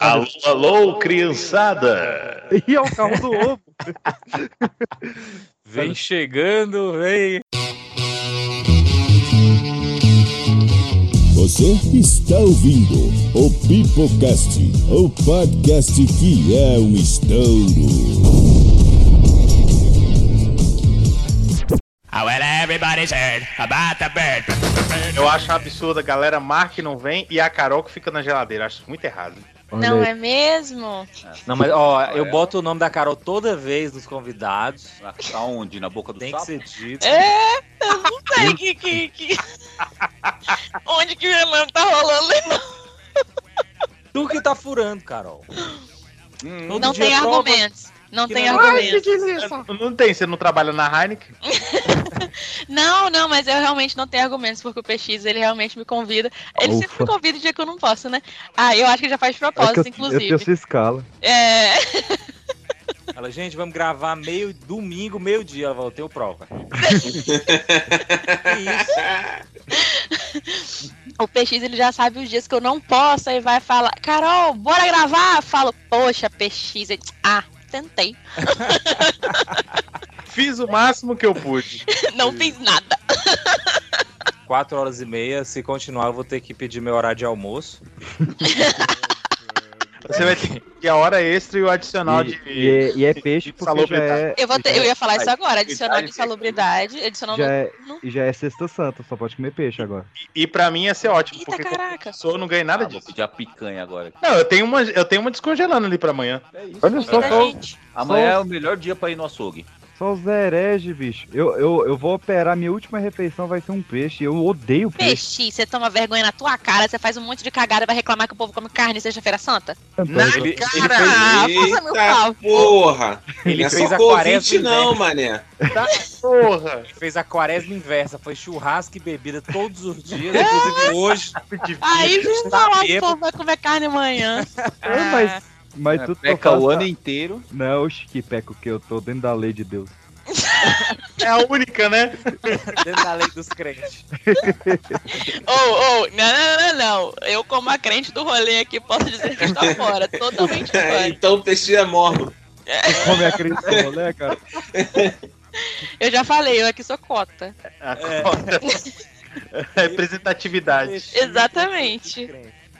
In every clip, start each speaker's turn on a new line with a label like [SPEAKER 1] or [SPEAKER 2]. [SPEAKER 1] Alô, alô, criançada!
[SPEAKER 2] E é o carro do ovo.
[SPEAKER 3] Vem chegando, vem.
[SPEAKER 4] Você está ouvindo o Pipocast, o podcast que é um estouro.
[SPEAKER 2] Eu acho absurdo a galera Mark que não vem e a Carol que fica na geladeira. Acho muito errado.
[SPEAKER 5] Não é mesmo?
[SPEAKER 3] Não, mas ó,
[SPEAKER 6] é.
[SPEAKER 3] eu boto o nome da Carol toda vez dos convidados.
[SPEAKER 6] Aonde? tá Na boca do
[SPEAKER 3] Tem que
[SPEAKER 6] sapo?
[SPEAKER 3] ser dito.
[SPEAKER 5] É, eu não sei que, que, que... onde que o relâmpago tá rolando.
[SPEAKER 3] Tu que tá furando, Carol.
[SPEAKER 6] Hum,
[SPEAKER 3] Todo
[SPEAKER 5] Não
[SPEAKER 3] dia
[SPEAKER 5] tem
[SPEAKER 3] prova.
[SPEAKER 5] argumentos. Não
[SPEAKER 3] que
[SPEAKER 5] tem
[SPEAKER 3] não-
[SPEAKER 5] argumentos.
[SPEAKER 2] Não tem, você não trabalha na Heineken?
[SPEAKER 5] Não, não, mas eu realmente não tenho argumentos, porque o PX, ele realmente me convida. Ele sempre
[SPEAKER 2] Ufa.
[SPEAKER 5] me convida o dia que eu não posso, né? Ah, eu acho que ele já faz de
[SPEAKER 2] É que
[SPEAKER 5] propósito,
[SPEAKER 2] eu, eu
[SPEAKER 5] inclusive.
[SPEAKER 2] tenho essa escala.
[SPEAKER 5] É,
[SPEAKER 3] Ela, gente, vamos gravar meio domingo, meio-dia. Ela falou, tenho prova. que isso?
[SPEAKER 5] o PX, ele já sabe os dias que eu não posso, aí vai falar, Carol, bora gravar? Eu falo, poxa, PX, ele, ah, tentei.
[SPEAKER 2] Fiz o máximo que eu pude.
[SPEAKER 5] Não fiz nada.
[SPEAKER 3] Quatro horas e meia. Se continuar, eu vou ter que pedir meu horário de almoço.
[SPEAKER 2] Você vai ter que pedir a hora extra e o adicional
[SPEAKER 7] E, e
[SPEAKER 2] de.
[SPEAKER 7] é, e é peixe
[SPEAKER 2] de
[SPEAKER 7] porque já é,
[SPEAKER 5] Eu, vou ter- eu ia falar isso agora, adicional de
[SPEAKER 6] Salubridade,
[SPEAKER 5] salubridade, adicional
[SPEAKER 7] já
[SPEAKER 5] no...
[SPEAKER 7] é, e já é sexta santa, só pode comer peixe agora.
[SPEAKER 2] E pra mim ia ser ótimo,
[SPEAKER 5] Eita,
[SPEAKER 2] porque
[SPEAKER 5] caraca.
[SPEAKER 2] eu sou, eu não ganhei nada
[SPEAKER 6] ah, vou
[SPEAKER 2] disso.
[SPEAKER 6] pedir a picanha agora.
[SPEAKER 2] Não, eu tenho uma, eu tenho uma descongelando ali pra amanhã.
[SPEAKER 6] É isso.
[SPEAKER 7] Olha só,
[SPEAKER 5] Muita
[SPEAKER 7] só,
[SPEAKER 5] gente.
[SPEAKER 6] Amanhã é o melhor dia pra ir no açougue.
[SPEAKER 7] só os herege, bicho. Eu, eu, eu vou operar, minha última refeição vai ser um peixe. Eu odeio peixe.
[SPEAKER 5] Peixe, você toma vergonha na tua cara, você faz um monte de cagada, vai reclamar que o povo come carne sexta-feira santa?
[SPEAKER 2] Na
[SPEAKER 3] Ele-
[SPEAKER 2] cara!
[SPEAKER 5] Ah, faça meu pau.
[SPEAKER 8] Eita porra!
[SPEAKER 3] Ele
[SPEAKER 8] não é
[SPEAKER 3] fez a
[SPEAKER 8] só Covid
[SPEAKER 3] quaresma
[SPEAKER 8] não, mané.
[SPEAKER 2] Porra!
[SPEAKER 3] Fez a quaresma inversa. Foi churrasco e bebida todos os dias, inclusive hoje.
[SPEAKER 5] Aí vem
[SPEAKER 3] Tá
[SPEAKER 5] falar que o
[SPEAKER 3] bêbado.
[SPEAKER 5] povo vai comer carne amanhã. Ah.
[SPEAKER 7] É, mas mas tudo que eu
[SPEAKER 6] Peca o
[SPEAKER 7] faço-
[SPEAKER 6] ano inteiro.
[SPEAKER 7] Não, oxe, que peco que eu tô dentro da lei de Deus.
[SPEAKER 2] É a única, né?
[SPEAKER 3] tá Dentro da lei dos crentes.
[SPEAKER 5] Ou, ou, não, não, não, não. Eu, como a crente do rolê aqui, posso dizer que estou fora, totalmente fora.
[SPEAKER 8] então o peixe é morno.
[SPEAKER 7] Como é cristão, né, cara?
[SPEAKER 5] Eu já falei, eu aqui sou cota.
[SPEAKER 2] A cota. Representatividade.
[SPEAKER 5] Exatamente.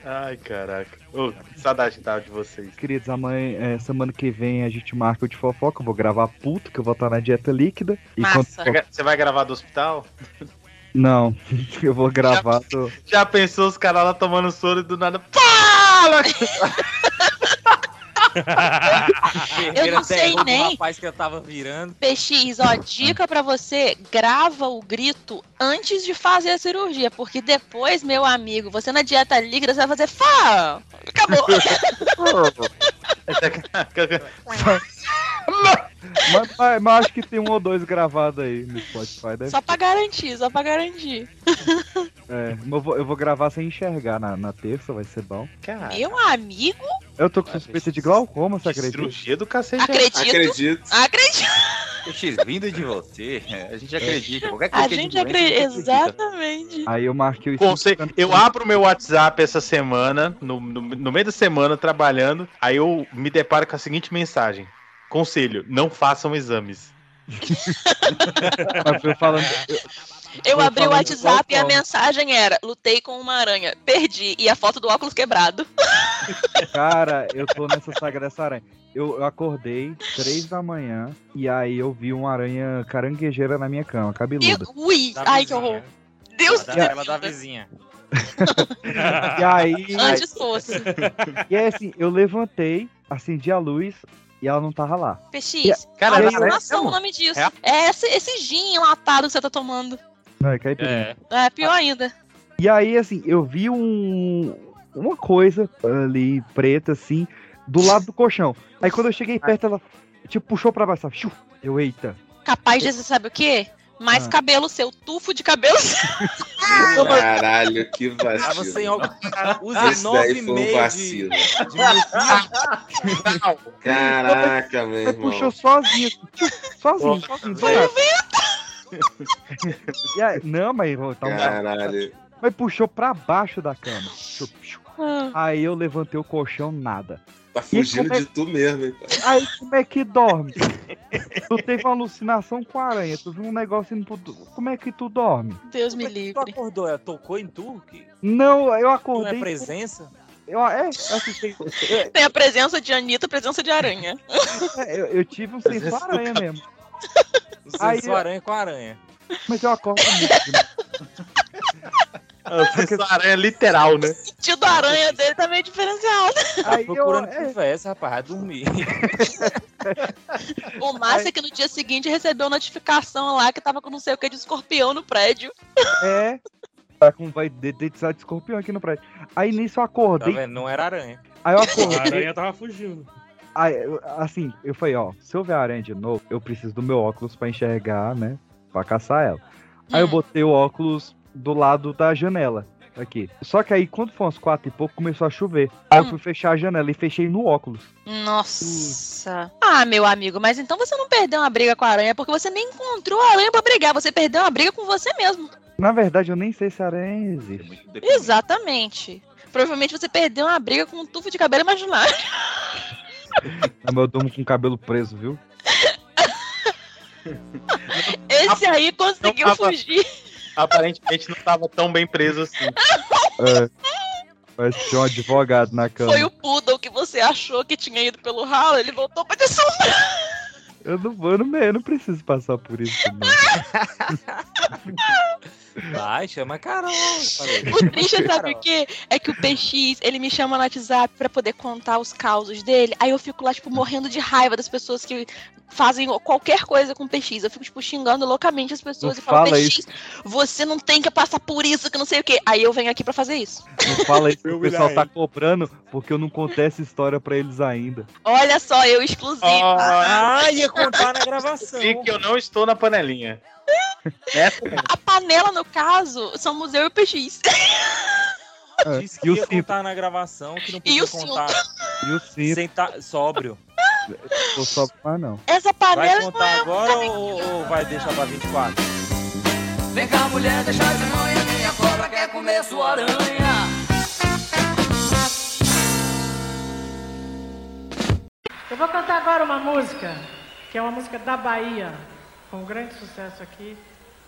[SPEAKER 2] Ai, caraca. Ô, que saudade que tava de vocês.
[SPEAKER 7] Queridos, amanhã, é, semana que vem a gente marca o de fofoca. Eu vou gravar puto, que eu vou estar na dieta líquida. E
[SPEAKER 5] Massa.
[SPEAKER 7] quando-
[SPEAKER 2] Você vai gravar do hospital?
[SPEAKER 7] Não, eu vou gravar do.
[SPEAKER 2] Já pensou os caras lá tomando soro e do nada. Fala!
[SPEAKER 5] Eu não sei
[SPEAKER 3] derruba é o
[SPEAKER 5] nem.
[SPEAKER 3] rapaz que eu tava virando.
[SPEAKER 5] PX, ó, dica pra você, grava o grito antes de fazer a cirurgia, porque depois, meu amigo, você na dieta líquida, você vai fazer fá, acabou.
[SPEAKER 7] Mas, mas- mas acho que tem um ou dois gravados aí no Spotify. Deve...
[SPEAKER 5] Só pra garantir, só pra garantir.
[SPEAKER 7] É, mas eu, vou, eu vou gravar sem enxergar na, na terça, vai ser bom.
[SPEAKER 2] Cara,
[SPEAKER 5] Meu amigo,
[SPEAKER 7] Eu tô com suspeita de glaucoma, você
[SPEAKER 2] que
[SPEAKER 7] acredita?
[SPEAKER 2] cirurgia do cacete. é-
[SPEAKER 5] acredito,
[SPEAKER 8] Acredito.
[SPEAKER 5] acredito,
[SPEAKER 6] X, vindo de você, a gente acredita. Qualquer coisa
[SPEAKER 5] a
[SPEAKER 6] que gente
[SPEAKER 5] gente
[SPEAKER 6] doença, a gente
[SPEAKER 5] acredita,
[SPEAKER 6] acredita.
[SPEAKER 5] exatamente.
[SPEAKER 7] Aí eu marquei o
[SPEAKER 2] Conce- Eu abro meu WhatsApp essa semana, no, no, no meio da semana, trabalhando. Aí eu me deparo com a seguinte mensagem: Conselho, não façam exames.
[SPEAKER 7] Mas eu falando.
[SPEAKER 5] Eu
[SPEAKER 7] Foi
[SPEAKER 5] abri o
[SPEAKER 7] falando
[SPEAKER 5] WhatsApp e a
[SPEAKER 7] igual
[SPEAKER 5] mensagem era: lutei com uma aranha, perdi, e a foto do óculos quebrado.
[SPEAKER 7] Cara, eu tô nessa saga dessa aranha. Eu, eu acordei três da manhã e aí eu vi uma aranha caranguejeira na minha cama,
[SPEAKER 5] E,
[SPEAKER 7] cabeluda.
[SPEAKER 5] ui,
[SPEAKER 3] Da
[SPEAKER 5] ai que
[SPEAKER 3] vizinha.
[SPEAKER 5] horror. Deus
[SPEAKER 3] Ela
[SPEAKER 5] me
[SPEAKER 3] da- ela da
[SPEAKER 5] livre.
[SPEAKER 3] vizinha.
[SPEAKER 7] E aí,
[SPEAKER 5] Antes fosse.
[SPEAKER 7] e aí, assim, eu levantei, acendi a luz e ela não tava lá.
[SPEAKER 5] PX.
[SPEAKER 2] Cara,
[SPEAKER 7] Aí
[SPEAKER 2] é
[SPEAKER 7] eu-
[SPEAKER 5] Alucinação o nome disso.
[SPEAKER 2] É.
[SPEAKER 5] É esse, esse gin enlatado que você tá tomando.
[SPEAKER 7] Não, é caipirinha.
[SPEAKER 3] É.
[SPEAKER 5] É
[SPEAKER 2] Ah.
[SPEAKER 5] pior ainda.
[SPEAKER 7] E aí, assim, eu vi um. uma coisa ali, preta, assim, do lado do colchão. Aí quando eu cheguei perto, ela tipo puxou pra baixo. sabe? Xiu! Eu, eita.
[SPEAKER 5] Capaz de você sabe o quê? Mais
[SPEAKER 7] Ah.
[SPEAKER 5] cabelo seu, tufo de cabelo seu.
[SPEAKER 3] Ah,
[SPEAKER 8] Caralho, que
[SPEAKER 3] Tava sem
[SPEAKER 8] vacilo.
[SPEAKER 3] óculos. Use
[SPEAKER 8] Esse
[SPEAKER 3] um nove
[SPEAKER 8] daí foi um
[SPEAKER 3] meio de,
[SPEAKER 8] vacilo.
[SPEAKER 3] de miopia.
[SPEAKER 8] Caraca, meu
[SPEAKER 7] Aí puxou
[SPEAKER 8] irmão.
[SPEAKER 7] sozinha. assim, tchiu, Sozinho,
[SPEAKER 2] Nossa,
[SPEAKER 7] sozinho. do
[SPEAKER 5] Foi
[SPEAKER 7] nada.
[SPEAKER 5] o vento.
[SPEAKER 7] E aí- não, mas, um tá um-
[SPEAKER 8] Caralho.
[SPEAKER 7] mas puxou pra baixo da cama. Xiu, xiu.
[SPEAKER 5] Ah,
[SPEAKER 7] Aí eu levantei o colchão, nada.
[SPEAKER 8] Tá fugindo
[SPEAKER 7] como é-
[SPEAKER 8] de tu mesmo, hein, cara.
[SPEAKER 7] Aí como é que dorme? tu teve uma alucinação com a aranha, tu viu um negócio indo pro... du- Como é que tu dorme?
[SPEAKER 5] Deus me
[SPEAKER 3] Mas Tu
[SPEAKER 5] livre.
[SPEAKER 3] acordou, ela tocou em tu? Que
[SPEAKER 7] Não, eu
[SPEAKER 3] não é
[SPEAKER 7] acordei...
[SPEAKER 3] presença?
[SPEAKER 7] Eu, é, assustei. Eu,
[SPEAKER 5] Tem a presença de Anitta, a presença de aranha.
[SPEAKER 7] eu- eu tive um senso aranha mesmo.
[SPEAKER 3] Você
[SPEAKER 7] Aí,
[SPEAKER 3] sensou
[SPEAKER 7] ó.
[SPEAKER 3] aranha com aranha.
[SPEAKER 7] Mas eu acordo muito. né?
[SPEAKER 2] Essa aranha é literal, né?
[SPEAKER 5] O sentido aranha dele tá meio diferenciado.
[SPEAKER 3] Tá
[SPEAKER 7] Aí eu,
[SPEAKER 3] procurando
[SPEAKER 7] é,
[SPEAKER 3] conversa, rapaz, vai dormir.
[SPEAKER 5] O massa é que no dia seguinte recebeu notificação lá que tava com não sei o que de escorpião no prédio.
[SPEAKER 7] é... Tá com vai dedetizar de escorpião aqui no prédio. Aí nisso eu
[SPEAKER 3] Tá
[SPEAKER 7] acordei.
[SPEAKER 3] vendo? Não era aranha.
[SPEAKER 7] Aí eu
[SPEAKER 9] A
[SPEAKER 7] acordei.
[SPEAKER 9] aranha tava fugindo.
[SPEAKER 7] Aí, eu- assim, eu falei, ó, se eu ver a aranha de novo, eu preciso do meu óculos pra enxergar, né? Pra caçar ela. Aí
[SPEAKER 5] Hum.
[SPEAKER 7] eu botei o óculos do lado da janela. Aqui. Só que aí, quando foi umas quatro e pouco, começou a chover. Aí eu
[SPEAKER 5] Hum.
[SPEAKER 7] fui fechar a janela e fechei no óculos.
[SPEAKER 5] Nossa. Ah, meu amigo, mas então você não perdeu uma briga com a aranha porque você nem encontrou a aranha pra brigar. Você perdeu uma briga com você mesmo.
[SPEAKER 7] Na verdade, eu nem sei se a aranha
[SPEAKER 6] É
[SPEAKER 7] existe.
[SPEAKER 6] muito deprimente.
[SPEAKER 5] Exatamente. Provavelmente você perdeu uma briga com um tufo de cabelo imaginário.
[SPEAKER 7] Mas eu durmo com o cabelo preso, viu?
[SPEAKER 5] Esse aí conseguiu
[SPEAKER 2] tava-
[SPEAKER 5] fugir.
[SPEAKER 2] Aparentemente não tava tão bem preso assim.
[SPEAKER 7] É. Mas tinha um advogado na cama.
[SPEAKER 5] Foi o poodle que você achou que tinha ido pelo ralo, ele voltou pra descer.
[SPEAKER 7] Eu não vou, eu não, eu não preciso passar por isso, não.
[SPEAKER 3] Vai, chama a Carol. eu falei.
[SPEAKER 5] O triste, sabe
[SPEAKER 3] Carol.
[SPEAKER 5] o quê? É que o PX, ele me chama no WhatsApp pra poder contar os causos dele. Aí eu fico lá, tipo, morrendo de raiva das pessoas que fazem qualquer coisa com o PX. Eu fico, tipo, xingando loucamente as pessoas
[SPEAKER 7] Não
[SPEAKER 5] e falo,
[SPEAKER 7] fala
[SPEAKER 5] PX, você não tem que passar por isso, que não sei o quê. Aí eu venho aqui pra fazer isso.
[SPEAKER 7] Não fala isso que o
[SPEAKER 9] Foi humilhar
[SPEAKER 7] pessoal tá cobrando, porque eu não contei essa história pra eles ainda.
[SPEAKER 5] Olha só, eu exclusivo.
[SPEAKER 3] Ah, ia contar na gravação.
[SPEAKER 2] E que eu não estou na panelinha. Nessa,
[SPEAKER 5] A panela, no caso, somos eu e o PX.
[SPEAKER 3] Disse que
[SPEAKER 7] E o
[SPEAKER 3] ia
[SPEAKER 7] cinto,
[SPEAKER 3] contar na gravação, que não
[SPEAKER 5] E o
[SPEAKER 3] podia
[SPEAKER 5] cinto?
[SPEAKER 3] contar.
[SPEAKER 7] e o cinto,
[SPEAKER 3] Sem tá sóbrio.
[SPEAKER 7] pô, só pra não.
[SPEAKER 5] Essa
[SPEAKER 3] Vai
[SPEAKER 5] panela não
[SPEAKER 3] contar
[SPEAKER 5] é
[SPEAKER 3] agora ou, ou vai deixar pra 24?
[SPEAKER 10] Vem cá, mulher, deixa de manhã, minha cobra quer comer sua aranha.
[SPEAKER 11] Eu vou cantar agora uma música, que é uma música da Bahia, com um grande sucesso aqui.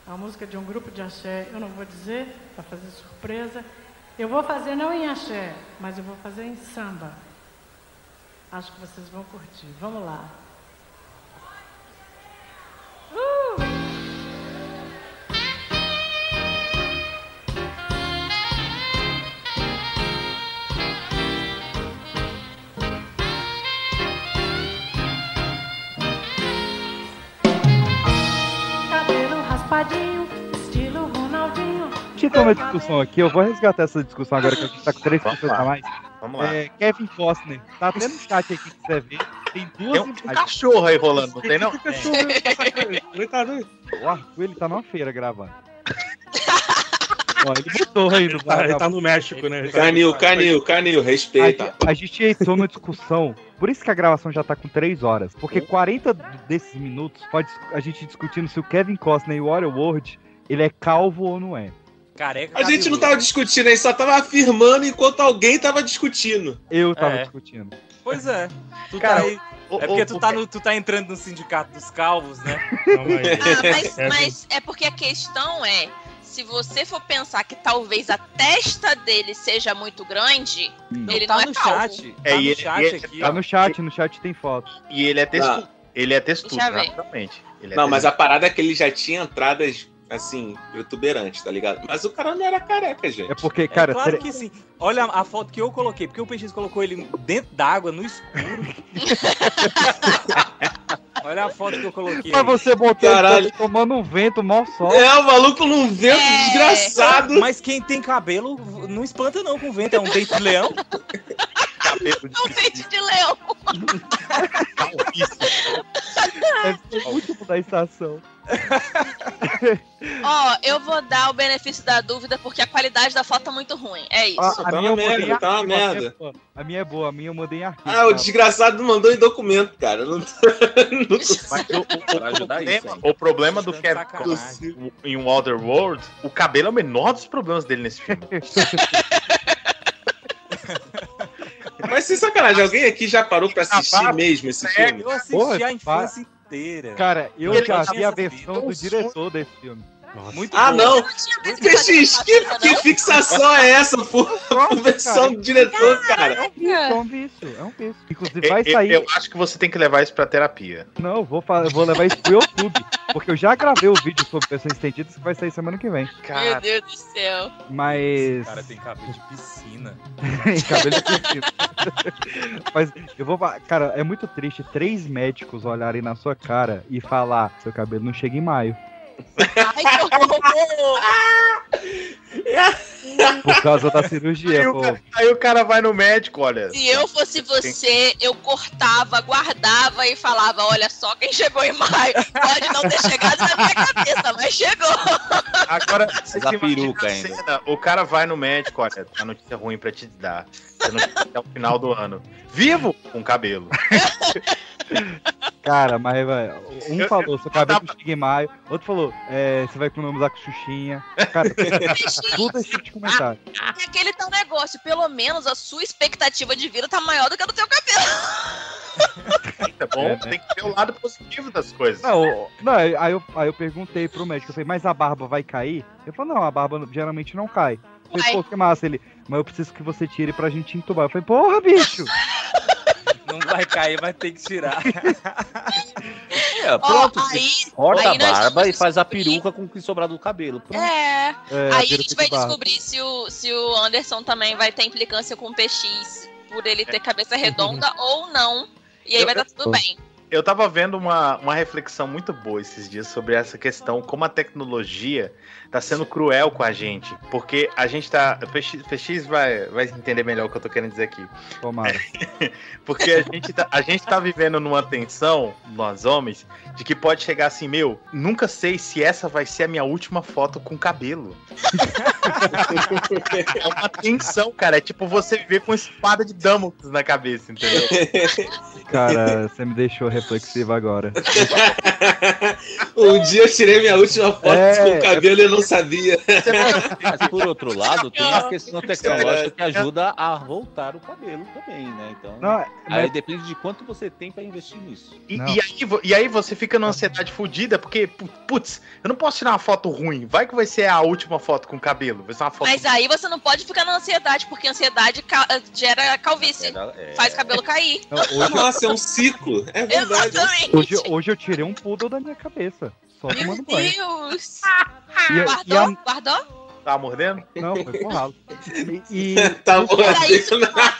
[SPEAKER 11] É uma música de um grupo de axé, eu não vou dizer, para fazer surpresa. Eu vou fazer não em axé, mas eu vou fazer em samba. Acho que vocês vão curtir. Vamos lá. Uh! Cabelo raspadinho, estilo Ronaldinho.
[SPEAKER 7] Deixa eu ter uma discussão aqui, eu vou resgatar essa discussão agora que a gente tá com três pessoas a mais.
[SPEAKER 2] vamos lá.
[SPEAKER 7] É, Kevin Costner, tá até no chat aqui que você vê. Tem duas
[SPEAKER 2] Tem um
[SPEAKER 7] imagens.
[SPEAKER 2] cachorro aí rolando, não tem não?
[SPEAKER 9] Ele tá doido.
[SPEAKER 7] O Arthur, ele tá numa feira gravando. Ó, ele botou aí no
[SPEAKER 9] Tá,
[SPEAKER 7] bar.
[SPEAKER 9] ele tá no México, né? Ele tá-
[SPEAKER 8] Canil, canil, canil, respeita.
[SPEAKER 7] A, a gente entrou numa discussão, por isso que a gravação já tá com 3 horas. Porque 40 desses minutos pode a gente discutindo se o Kevin Costner e o Wario World ele é calvo ou não é.
[SPEAKER 3] Careca.
[SPEAKER 8] A gente não
[SPEAKER 3] cabeludo.
[SPEAKER 8] tava discutindo, a gente só tava afirmando enquanto alguém tava discutindo.
[SPEAKER 7] Eu tava
[SPEAKER 3] É.
[SPEAKER 7] discutindo.
[SPEAKER 3] Pois é. Tu
[SPEAKER 2] Cara,
[SPEAKER 3] tá aí.
[SPEAKER 2] O-
[SPEAKER 3] É porque
[SPEAKER 2] o-
[SPEAKER 3] tu
[SPEAKER 2] o
[SPEAKER 3] tá, no, tu tá entrando no sindicato dos calvos, né?
[SPEAKER 9] Calma aí.
[SPEAKER 5] Ah, mas,
[SPEAKER 9] É,
[SPEAKER 5] mas é porque a questão é: se você for pensar que talvez a testa dele seja muito grande, ele
[SPEAKER 3] tá
[SPEAKER 5] não é
[SPEAKER 3] no
[SPEAKER 5] calvo.
[SPEAKER 3] chat. Tá
[SPEAKER 2] É,
[SPEAKER 3] no
[SPEAKER 2] e ele-
[SPEAKER 3] chat
[SPEAKER 2] ele-
[SPEAKER 3] aqui,
[SPEAKER 7] Tá
[SPEAKER 3] ó.
[SPEAKER 7] no chat, no chat tem fotos.
[SPEAKER 2] E ele é textudo. Ele é textudo,
[SPEAKER 5] Deixa eu ver.
[SPEAKER 2] exatamente. Ele é
[SPEAKER 8] Não, mas
[SPEAKER 2] textudo.
[SPEAKER 8] a parada é que ele já tinha entradas, assim, protuberantes, tá ligado? Mas o cara não era careca, gente.
[SPEAKER 7] É porque, cara,
[SPEAKER 3] é claro
[SPEAKER 7] tre-
[SPEAKER 3] que sim. Olha a foto que eu coloquei, porque o PX colocou ele dentro d'água, no escuro. Olha a foto que eu coloquei.
[SPEAKER 7] mas você botou
[SPEAKER 8] Caralho.
[SPEAKER 7] ele tomando um vento, mau sol.
[SPEAKER 8] É, o maluco num vento
[SPEAKER 5] É.
[SPEAKER 8] desgraçado.
[SPEAKER 3] Mas quem tem cabelo não espanta não com vento, é um dente de leão.
[SPEAKER 2] cabelo
[SPEAKER 5] É um dente de leão.
[SPEAKER 2] de
[SPEAKER 8] É.
[SPEAKER 7] Deve ser muito da estação.
[SPEAKER 5] Ó, eu vou dar o benefício da dúvida porque a qualidade da foto tá muito ruim. É isso.
[SPEAKER 7] A,
[SPEAKER 8] tá uma
[SPEAKER 7] eu
[SPEAKER 8] merda,
[SPEAKER 7] mandei em
[SPEAKER 8] tá uma
[SPEAKER 7] arquivo, a minha
[SPEAKER 8] merda.
[SPEAKER 7] é boa. A minha é boa, a minha eu mandei em arquivo.
[SPEAKER 8] Ah, o
[SPEAKER 7] tá?
[SPEAKER 8] desgraçado mandou em documento, cara. Não, não
[SPEAKER 2] mas o, o- o
[SPEAKER 6] Pra ajudar isso,
[SPEAKER 2] problema,
[SPEAKER 6] hein?
[SPEAKER 2] o problema do
[SPEAKER 3] Tá de
[SPEAKER 2] Kevin
[SPEAKER 3] sacanagem.
[SPEAKER 8] assim.
[SPEAKER 2] Costner em um Waterworld, o cabelo é o menor dos problemas dele nesse filme.
[SPEAKER 8] sem sacanagem, alguém aqui já parou pra assistir
[SPEAKER 7] Cavalo
[SPEAKER 8] mesmo esse
[SPEAKER 7] cego,
[SPEAKER 8] filme?
[SPEAKER 7] eu assisti Porra, a infância pá.
[SPEAKER 3] inteira.
[SPEAKER 7] Cara, eu
[SPEAKER 8] Ele
[SPEAKER 7] já
[SPEAKER 8] tinha Então,
[SPEAKER 7] vi a
[SPEAKER 8] essa
[SPEAKER 7] versão do
[SPEAKER 8] vida.
[SPEAKER 7] diretor desse filme.
[SPEAKER 3] Muito
[SPEAKER 8] Ah, não! PX, que,
[SPEAKER 5] né?
[SPEAKER 8] que fixação é essa, pô? A versão do diretor,
[SPEAKER 7] É
[SPEAKER 8] cara.
[SPEAKER 7] um vício, é um vício, é um vício. Inclusive, vai
[SPEAKER 2] Eu-
[SPEAKER 8] é
[SPEAKER 7] sair.
[SPEAKER 2] Eu acho que você tem que levar isso pra terapia.
[SPEAKER 7] Não, eu vou, fa- eu vou levar isso pro YouTube. Porque eu já gravei o vídeo sobre pessoas estendidas que vai sair semana que vem.
[SPEAKER 5] Meu Deus do céu.
[SPEAKER 7] Mas.
[SPEAKER 3] Cara, tem cabelo de piscina.
[SPEAKER 7] Cabelo de piscina. Mas eu vou. fa- Cara, é muito triste três médicos olharem na sua cara e falar: seu cabelo não chega em maio.
[SPEAKER 5] Ai, que horror!
[SPEAKER 7] Por causa da cirurgia, pô.
[SPEAKER 2] Aí o cara vai no médico, olha.
[SPEAKER 5] Se eu fosse você, eu cortava, guardava e falava: olha só, quem chegou em maio pode não ter chegado na minha cabeça, mas chegou.
[SPEAKER 2] Agora, você
[SPEAKER 6] a
[SPEAKER 2] se imagina
[SPEAKER 6] peruca
[SPEAKER 2] a
[SPEAKER 6] ainda.
[SPEAKER 2] cena, o cara vai no médico, olha, a notícia é ruim pra te dar. Você não fica até o final do ano. Vivo com cabelo.
[SPEAKER 7] Cara, mas vai. Um
[SPEAKER 2] Eu-
[SPEAKER 7] falou, seu cabelo não chega em maio. Outro falou, é, você vai economizar com Xuxinha. Cara, tudo é tipo de comentário.
[SPEAKER 5] É aquele tal negócio, pelo menos a sua expectativa de vida tá maior do que a do teu cabelo.
[SPEAKER 2] É bom,
[SPEAKER 7] É, né?
[SPEAKER 2] tem que ver o lado positivo das coisas.
[SPEAKER 7] Não, não, aí, eu, aí eu perguntei pro médico, eu falei, mas a barba vai cair? Ele falou, não, a barba geralmente não cai. Eu falei,
[SPEAKER 5] Vai.
[SPEAKER 7] pô, que massa. Ele, mas eu preciso que você tire pra gente entubar. Eu falei, porra, bicho!
[SPEAKER 3] Não vai cair, vai ter que tirar.
[SPEAKER 6] É, pronto.
[SPEAKER 5] Ó,
[SPEAKER 6] você
[SPEAKER 5] aí-
[SPEAKER 6] corta
[SPEAKER 5] aí
[SPEAKER 6] a
[SPEAKER 5] nós
[SPEAKER 6] barba e
[SPEAKER 5] vamos
[SPEAKER 6] faz a
[SPEAKER 5] descobrir-
[SPEAKER 6] peruca com o que sobrar do cabelo. Pronto.
[SPEAKER 5] É.
[SPEAKER 7] É,
[SPEAKER 5] Aí a
[SPEAKER 7] vira
[SPEAKER 5] gente
[SPEAKER 7] o
[SPEAKER 5] vai
[SPEAKER 7] Pique Barba.
[SPEAKER 5] descobrir se o, se o Anderson também vai ter implicância com o PX por ele ter cabeça redonda ou não. E aí
[SPEAKER 2] Eu-
[SPEAKER 5] vai dar tudo
[SPEAKER 7] eu-
[SPEAKER 5] bem.
[SPEAKER 2] Eu tava vendo uma, uma reflexão muito boa esses dias sobre essa questão, como a tecnologia tá sendo cruel com a gente. Porque a gente tá. PX, PX vai, vai entender melhor o que eu tô querendo dizer aqui.
[SPEAKER 7] Tomara.
[SPEAKER 2] Porque a gente, tá, a gente tá vivendo numa tensão, nós homens, de que pode chegar assim, meu, nunca sei se essa vai ser a minha última foto com cabelo. é uma tensão, cara. É tipo você viver com espada de Damocles na cabeça, entendeu?
[SPEAKER 7] Cara, você me deixou reflexivo agora.
[SPEAKER 8] um dia eu tirei minha última foto
[SPEAKER 7] É.
[SPEAKER 8] com o cabelo e eu não sabia.
[SPEAKER 6] Mas por outro lado, tem a questão tecnológica que ajuda a voltar o cabelo também, né? Então,
[SPEAKER 7] Não,
[SPEAKER 6] aí
[SPEAKER 7] mas,
[SPEAKER 6] depende de quanto você tem pra investir nisso.
[SPEAKER 2] E,
[SPEAKER 7] Não.
[SPEAKER 2] e aí, vo- e aí você fica numa ansiedade fodida, porque, pu- putz, eu não posso tirar uma foto ruim. Vai que vai ser a última foto com cabelo. Vai ser uma foto.
[SPEAKER 5] Mas aí você não pode ficar na ansiedade, porque a ansiedade ca- gera calvície.
[SPEAKER 6] Era- é,
[SPEAKER 5] Faz cabelo cair.
[SPEAKER 2] tá
[SPEAKER 7] não, hoje,
[SPEAKER 8] Nossa, é um ciclo. É verdade.
[SPEAKER 5] Exatamente.
[SPEAKER 7] hoje, hoje eu tirei um poodle da minha cabeça. Só tomando
[SPEAKER 5] Meu
[SPEAKER 7] banho.
[SPEAKER 5] Deus.
[SPEAKER 7] E, e a,
[SPEAKER 5] Ah, Guardou? Guardou?
[SPEAKER 2] Tá mordendo?
[SPEAKER 7] Não, foi com ralo. E,
[SPEAKER 8] Tá
[SPEAKER 5] Peraí,
[SPEAKER 8] mordendo.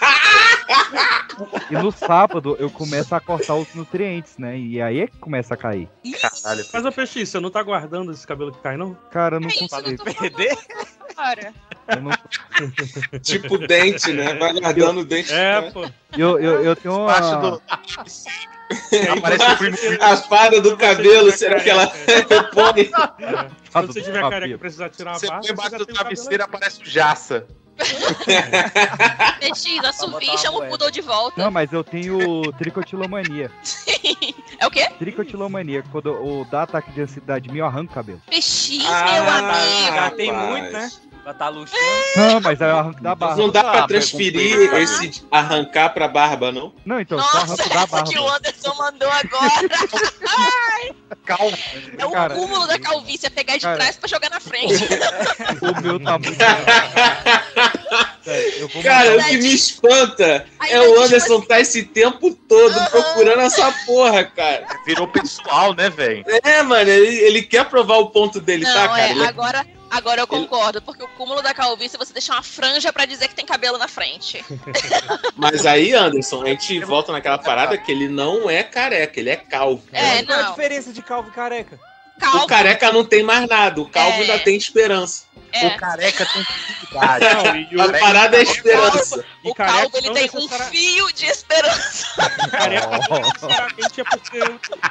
[SPEAKER 7] e no sábado eu começo a cortar os nutrientes, né? E aí é que começa a cair.
[SPEAKER 2] Caralho.
[SPEAKER 9] Mas, ô Peixe, você não tá guardando esse cabelo que cai, não?
[SPEAKER 7] Cara, eu não
[SPEAKER 5] É isso, eu não
[SPEAKER 7] consigo.
[SPEAKER 5] tô falando agora.
[SPEAKER 7] Eu, não-
[SPEAKER 8] Tipo dente, né? Vai guardando o dente.
[SPEAKER 9] É, pô.
[SPEAKER 7] eu, eu, eu tenho uma...
[SPEAKER 2] Parte do. Aparece o primo.
[SPEAKER 8] A fada do
[SPEAKER 10] é
[SPEAKER 8] cabelo, será que ela repõe?
[SPEAKER 7] Ah,
[SPEAKER 9] Se você tiver careca e precisar tirar uma
[SPEAKER 3] ah,
[SPEAKER 2] Você
[SPEAKER 9] barba,
[SPEAKER 2] põe embaixo do
[SPEAKER 9] já tem o cabelo
[SPEAKER 2] travesseiro, aparece o Jaça.
[SPEAKER 6] botar
[SPEAKER 5] PX, assovia e
[SPEAKER 6] uma
[SPEAKER 5] chama o
[SPEAKER 6] moeda.
[SPEAKER 5] Poodle de volta.
[SPEAKER 7] Não, mas eu tenho tricotilomania.
[SPEAKER 5] É o quê?
[SPEAKER 7] Tricotilomania, quando eu dá ataque de ansiedade em mim, eu arranco o cabelo.
[SPEAKER 5] PX,
[SPEAKER 7] tá.
[SPEAKER 8] Ah,
[SPEAKER 5] meu amigo.
[SPEAKER 8] rapaz.
[SPEAKER 3] Já tem muito, né? Já tá luxando.
[SPEAKER 7] Não, mas aí eu arranco da barba.
[SPEAKER 8] Não dá pra né?
[SPEAKER 6] Ah,
[SPEAKER 8] transferir
[SPEAKER 6] perguntei.
[SPEAKER 8] esse de arrancar pra barba, não?
[SPEAKER 7] Não, então, eu só
[SPEAKER 5] Nossa,
[SPEAKER 7] arranco da
[SPEAKER 5] essa é que o
[SPEAKER 7] barba.
[SPEAKER 5] Anderson mandou agora.
[SPEAKER 2] Calma.
[SPEAKER 5] É o
[SPEAKER 7] Cara,
[SPEAKER 5] cúmulo da calvície, é pegar de
[SPEAKER 7] cara.
[SPEAKER 5] trás pra jogar na frente.
[SPEAKER 7] O meu tá muito... Sério, eu vou
[SPEAKER 8] Cara, o
[SPEAKER 7] mandar-
[SPEAKER 8] que me espanta
[SPEAKER 5] Aí
[SPEAKER 8] é
[SPEAKER 5] vai,
[SPEAKER 8] o
[SPEAKER 5] tipo
[SPEAKER 8] Anderson tá esse tempo todo
[SPEAKER 5] Aham.
[SPEAKER 8] procurando essa porra, cara.
[SPEAKER 2] Virou pessoal, né, velho?
[SPEAKER 8] É, mano, ele, ele quer provar o ponto dele,
[SPEAKER 5] Não,
[SPEAKER 8] tá, cara?
[SPEAKER 5] é,
[SPEAKER 8] Ele-
[SPEAKER 5] agora, agora eu concordo, porque o cúmulo da calvície é você deixar uma franja pra dizer que tem cabelo na frente.
[SPEAKER 8] Mas aí, Anderson, a gente volta naquela parada que ele não é careca, ele é calvo.
[SPEAKER 5] É,
[SPEAKER 3] Qual é a
[SPEAKER 5] não.
[SPEAKER 3] diferença de calvo e careca?
[SPEAKER 5] Calvo,
[SPEAKER 8] O careca não tem mais nada, o calvo
[SPEAKER 5] É.
[SPEAKER 8] ainda tem esperança.
[SPEAKER 5] é.
[SPEAKER 2] O careca tem dificuldade.
[SPEAKER 9] Não, e o
[SPEAKER 8] A parada é esperança.
[SPEAKER 5] O
[SPEAKER 9] e careca
[SPEAKER 5] calvo, ele
[SPEAKER 9] não
[SPEAKER 5] tem
[SPEAKER 9] necessari-
[SPEAKER 5] um fio de esperança.
[SPEAKER 9] careca não necessariamente é porque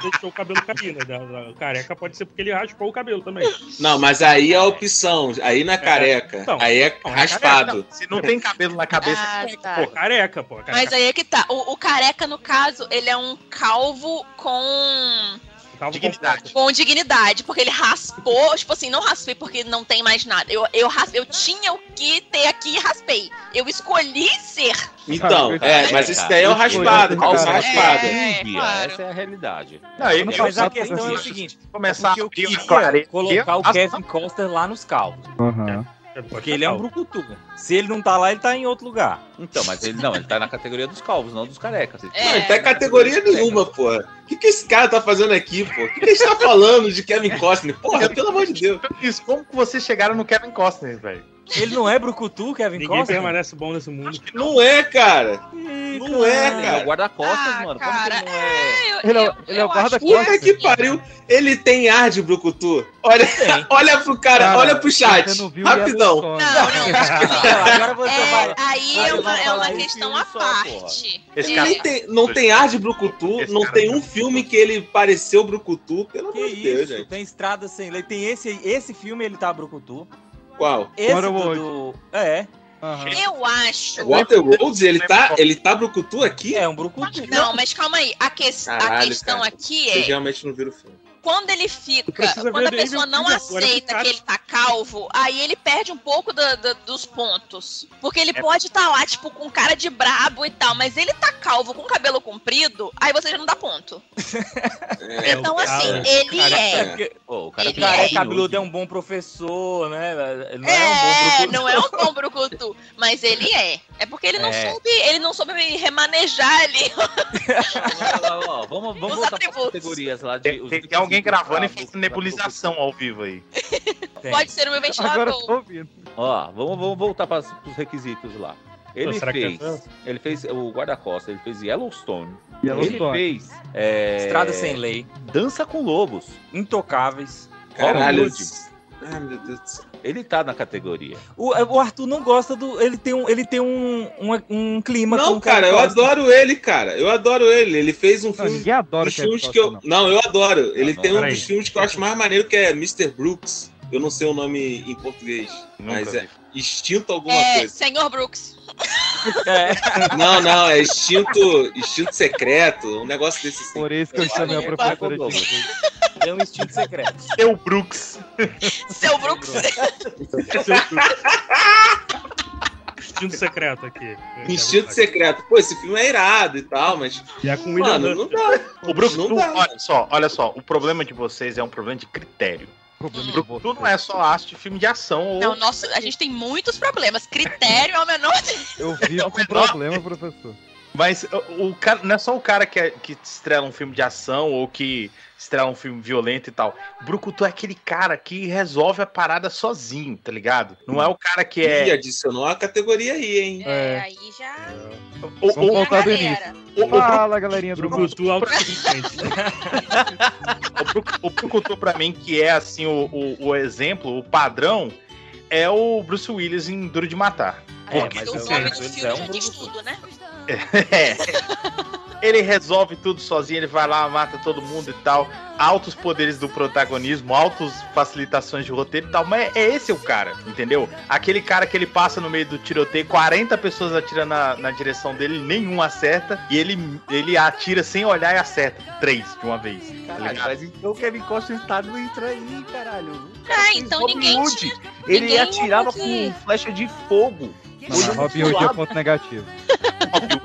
[SPEAKER 9] deixou o cabelo cair, né? Da- da- O careca pode ser porque ele raspou o cabelo também.
[SPEAKER 8] Não, mas aí é a opção, aí não é careca,
[SPEAKER 9] Então,
[SPEAKER 8] aí é
[SPEAKER 9] não, é
[SPEAKER 8] raspado.
[SPEAKER 2] Se não tem cabelo na cabeça,
[SPEAKER 5] Ah,
[SPEAKER 2] é
[SPEAKER 5] tá.
[SPEAKER 9] Pô, careca, pô. Careca.
[SPEAKER 5] Mas aí é que tá. O, o careca, no caso, ele é um calvo com...
[SPEAKER 9] Tava
[SPEAKER 5] dignidade. Com dignidade, porque ele raspou, tipo assim, não raspei porque não tem mais nada. Eu, eu, ras- eu tinha o que ter aqui e raspei. Eu escolhi ser.
[SPEAKER 8] Então, é, mas isso daí é o raspado, calça raspada.
[SPEAKER 6] É, Essa é a realidade.
[SPEAKER 2] Não, e-
[SPEAKER 3] mas a
[SPEAKER 2] passado,
[SPEAKER 3] questão é o
[SPEAKER 2] isso.
[SPEAKER 3] seguinte:
[SPEAKER 2] Começar
[SPEAKER 3] começar eu
[SPEAKER 2] a abrir
[SPEAKER 3] queria
[SPEAKER 2] os clareiros.
[SPEAKER 3] colocar o
[SPEAKER 2] As-
[SPEAKER 3] Kevin Costner lá nos calvos.
[SPEAKER 7] Aham.
[SPEAKER 3] Porque ele é um brucutu. Se ele não tá lá, ele tá em outro lugar.
[SPEAKER 6] Então, mas ele não, ele tá na categoria dos calvos, não dos carecas.
[SPEAKER 3] É.
[SPEAKER 6] Ele-
[SPEAKER 12] É.
[SPEAKER 6] é
[SPEAKER 8] Não, ele tá em categoria nenhuma, porra. O que, que esse cara tá fazendo aqui, pô? O que, que a gente tá falando de Kevin Costner? Porra, pelo amor de Deus.
[SPEAKER 2] Isso, como que vocês chegaram no Kevin Costner, velho?
[SPEAKER 3] Ele não é brucutu, Kevin
[SPEAKER 9] Ninguém
[SPEAKER 3] Costner?
[SPEAKER 9] permanece bom nesse mundo.
[SPEAKER 8] Não é, cara. Não
[SPEAKER 6] Ele
[SPEAKER 8] é,
[SPEAKER 6] é o
[SPEAKER 8] cara.
[SPEAKER 6] guarda-costas,
[SPEAKER 3] Ah,
[SPEAKER 6] mano. Como que ele não é?
[SPEAKER 7] Ele é, ele é o
[SPEAKER 8] Puta
[SPEAKER 7] guarda-costas.
[SPEAKER 8] que pariu. Ele tem ar de brucutu. Olha, olha pro cara,
[SPEAKER 7] Cara,
[SPEAKER 8] olha pro chat.
[SPEAKER 7] você não viu, é
[SPEAKER 8] Rapidão.
[SPEAKER 7] Yellow Sonic.
[SPEAKER 5] Não, não.
[SPEAKER 6] Ah, Agora você vai.
[SPEAKER 5] É, aí é
[SPEAKER 6] vai
[SPEAKER 5] uma, é
[SPEAKER 6] falar
[SPEAKER 5] uma
[SPEAKER 6] de
[SPEAKER 5] questão
[SPEAKER 6] filme
[SPEAKER 5] à
[SPEAKER 6] só,
[SPEAKER 5] parte.
[SPEAKER 2] Esse
[SPEAKER 5] É.
[SPEAKER 2] cara-
[SPEAKER 8] Ele tem- não tem ar de brucutu,
[SPEAKER 2] Esse
[SPEAKER 8] não
[SPEAKER 2] cara
[SPEAKER 8] tem
[SPEAKER 2] não-
[SPEAKER 8] um filme que ele pareceu brucutu, pelo
[SPEAKER 3] Que
[SPEAKER 8] amor de Deus,
[SPEAKER 3] isso?
[SPEAKER 8] gente.
[SPEAKER 3] Tem estrada sem lei. Tem esse, esse filme, ele tá brucutu.
[SPEAKER 8] Qual?
[SPEAKER 3] Esse
[SPEAKER 7] Waterworld.
[SPEAKER 3] do... É,
[SPEAKER 7] Aham.
[SPEAKER 5] Eu acho.
[SPEAKER 8] Walter Rhodes, ele tá, ele tá brucutu aqui?
[SPEAKER 3] é um brucutu.
[SPEAKER 5] Não, mas calma aí. A, que- a
[SPEAKER 8] Caralho,
[SPEAKER 5] questão
[SPEAKER 8] cara.
[SPEAKER 5] aqui
[SPEAKER 8] Vocês
[SPEAKER 5] é
[SPEAKER 8] realmente não viram o filme.
[SPEAKER 5] quando ele
[SPEAKER 9] Tu
[SPEAKER 5] fica,
[SPEAKER 9] precisa ver
[SPEAKER 5] quando a
[SPEAKER 9] The Evil
[SPEAKER 5] pessoa não
[SPEAKER 9] Kid agora,
[SPEAKER 5] aceita
[SPEAKER 9] cara.
[SPEAKER 5] que ele tá calvo, aí ele perde um pouco da- da- dos pontos. Porque ele pode estar lá, tipo, com cara de brabo e tal, mas ele tá calvo com cabelo comprido, aí você já não dá ponto.
[SPEAKER 3] um
[SPEAKER 8] É,
[SPEAKER 5] então,
[SPEAKER 9] o
[SPEAKER 5] assim,
[SPEAKER 9] cara-
[SPEAKER 5] ele
[SPEAKER 3] É,
[SPEAKER 5] é.
[SPEAKER 3] porque
[SPEAKER 6] Pô, o cara
[SPEAKER 5] Ele
[SPEAKER 3] o cara é
[SPEAKER 5] é
[SPEAKER 3] cabeludo, é um bom professor, né? Não é, um bom
[SPEAKER 5] É,
[SPEAKER 3] brucutu.
[SPEAKER 5] não é um bom brucutu, mas ele é. É porque ele não
[SPEAKER 3] É.
[SPEAKER 5] soube, ele não soube remanejar ali.
[SPEAKER 6] Ó, ó, ó, Vamos, vamos
[SPEAKER 5] Os
[SPEAKER 6] voltar para
[SPEAKER 5] atributos.
[SPEAKER 6] categorias lá de.
[SPEAKER 2] Tem,
[SPEAKER 6] os
[SPEAKER 2] tem- tem alguém
[SPEAKER 6] requisitos tá
[SPEAKER 2] gravando
[SPEAKER 6] pra-
[SPEAKER 2] e fazendo
[SPEAKER 12] tá
[SPEAKER 6] pra-
[SPEAKER 2] nebulização ao vivo aí.
[SPEAKER 3] Tem.
[SPEAKER 5] Pode ser um
[SPEAKER 7] Agora
[SPEAKER 5] ventilador.
[SPEAKER 7] eu tô ouvindo.
[SPEAKER 6] Ó, vamos, vamos voltar para os requisitos lá. Ele
[SPEAKER 9] será que é
[SPEAKER 6] fez.
[SPEAKER 9] tanto?
[SPEAKER 6] ele fez o guarda-costas, ele fez Yellowstone.
[SPEAKER 7] Yellow
[SPEAKER 6] Ele
[SPEAKER 7] Sonic.
[SPEAKER 6] fez. é,
[SPEAKER 3] Estrada sem lei,
[SPEAKER 6] Dança com Lobos.
[SPEAKER 3] intocáveis.
[SPEAKER 8] Caralho.
[SPEAKER 6] Robin Hood.
[SPEAKER 8] Ai, meu Deus do céu.
[SPEAKER 6] Ele tá na categoria.
[SPEAKER 3] O, é, o Arthur não gosta do. Ele tem um, ele tem um, um, um clima com
[SPEAKER 8] Não,
[SPEAKER 3] o Kevin
[SPEAKER 8] cara, eu
[SPEAKER 3] Costner.
[SPEAKER 8] adoro ele, cara. Eu adoro ele. Ele fez um
[SPEAKER 7] Não,
[SPEAKER 8] filme.
[SPEAKER 7] ninguém adora o
[SPEAKER 8] dos
[SPEAKER 7] Kevin
[SPEAKER 8] filmes que eu...
[SPEAKER 7] Costner, não.
[SPEAKER 8] Não, eu adoro. Ele
[SPEAKER 6] não,
[SPEAKER 8] tem um
[SPEAKER 9] peraí.
[SPEAKER 8] dos filmes que eu acho mais maneiro, que é Mr. Brooks. Eu não sei o nome em português. mas
[SPEAKER 2] Nunca
[SPEAKER 8] é Instinto alguma
[SPEAKER 5] É,
[SPEAKER 8] coisa.
[SPEAKER 5] senhor Brooks.
[SPEAKER 3] É.
[SPEAKER 8] Não, não, é Instinto, instinto Secreto, um negócio desse assim.
[SPEAKER 7] Por isso que eu chamei a
[SPEAKER 6] Desculpa,
[SPEAKER 7] professora
[SPEAKER 6] Douglas.
[SPEAKER 7] de
[SPEAKER 3] É um instinto secreto.
[SPEAKER 2] Eu, É Brooks.
[SPEAKER 5] Seu Brooks.
[SPEAKER 9] Instinto secreto aqui.
[SPEAKER 8] Instinto Secreto. Pô, esse filme é irado e tal, mas,
[SPEAKER 9] E é com o William
[SPEAKER 8] mano, não
[SPEAKER 9] Duff.
[SPEAKER 8] dá.
[SPEAKER 2] O Brucutu,
[SPEAKER 8] Não dá.
[SPEAKER 2] olha só, olha só, o problema de vocês é um problema de critério. O Brucutu não é só arte de filme de ação ou
[SPEAKER 5] Não, nossa, a gente tem muitos problemas. Critério é o menor
[SPEAKER 7] Eu vivo com problema, professor.
[SPEAKER 2] Mas o, o cara, não é só o cara que, é- que estrela um filme de ação ou que estrela um filme violento e tal. Brucutu é aquele cara que resolve a parada sozinho, tá ligado? Não é o cara que
[SPEAKER 8] E
[SPEAKER 2] é.
[SPEAKER 8] adicionou a categoria aí, hein?
[SPEAKER 5] É,
[SPEAKER 7] É.
[SPEAKER 5] aí já.
[SPEAKER 2] O, o,
[SPEAKER 7] Vamos
[SPEAKER 2] o,
[SPEAKER 6] é
[SPEAKER 7] voltar do início.
[SPEAKER 5] galera.
[SPEAKER 2] o, Bru-
[SPEAKER 7] Fala, galerinha do grupo.
[SPEAKER 9] Brucutu autossuficiente.
[SPEAKER 2] o Bru- o Brucutu, pra mim, que é assim o, o, o exemplo, o padrão, é o Bruce Willis em Duro de Matar.
[SPEAKER 3] É, um
[SPEAKER 5] Porque
[SPEAKER 3] mas
[SPEAKER 5] o
[SPEAKER 3] eu-
[SPEAKER 5] nome
[SPEAKER 3] eu-
[SPEAKER 5] do
[SPEAKER 3] eu-
[SPEAKER 5] filme
[SPEAKER 3] eu-
[SPEAKER 5] já
[SPEAKER 3] eu-
[SPEAKER 5] diz tudo, né?
[SPEAKER 2] É. Ele resolve tudo sozinho, ele vai lá, mata todo mundo e tal. Altos poderes do protagonismo, altas facilitações de roteiro e tal. Mas é esse o cara, entendeu? Aquele cara que ele passa no meio do tiroteio, 40 pessoas atiram na, na direção dele, nenhum acerta. E ele, ele atira sem olhar e acerta. Três de uma vez. Tá
[SPEAKER 6] Caralho,
[SPEAKER 2] ligado?
[SPEAKER 6] mas então o Kevin Costner tá dentro aí, caralho. O
[SPEAKER 5] Ah,
[SPEAKER 6] cara fez
[SPEAKER 5] então
[SPEAKER 6] Robin
[SPEAKER 5] ninguém
[SPEAKER 6] Hood.
[SPEAKER 5] tinha-
[SPEAKER 6] Ele
[SPEAKER 5] ninguém
[SPEAKER 6] atirava
[SPEAKER 5] porque-
[SPEAKER 6] com flecha de fogo.
[SPEAKER 7] Não, mas Robin Hood é ponto negativo.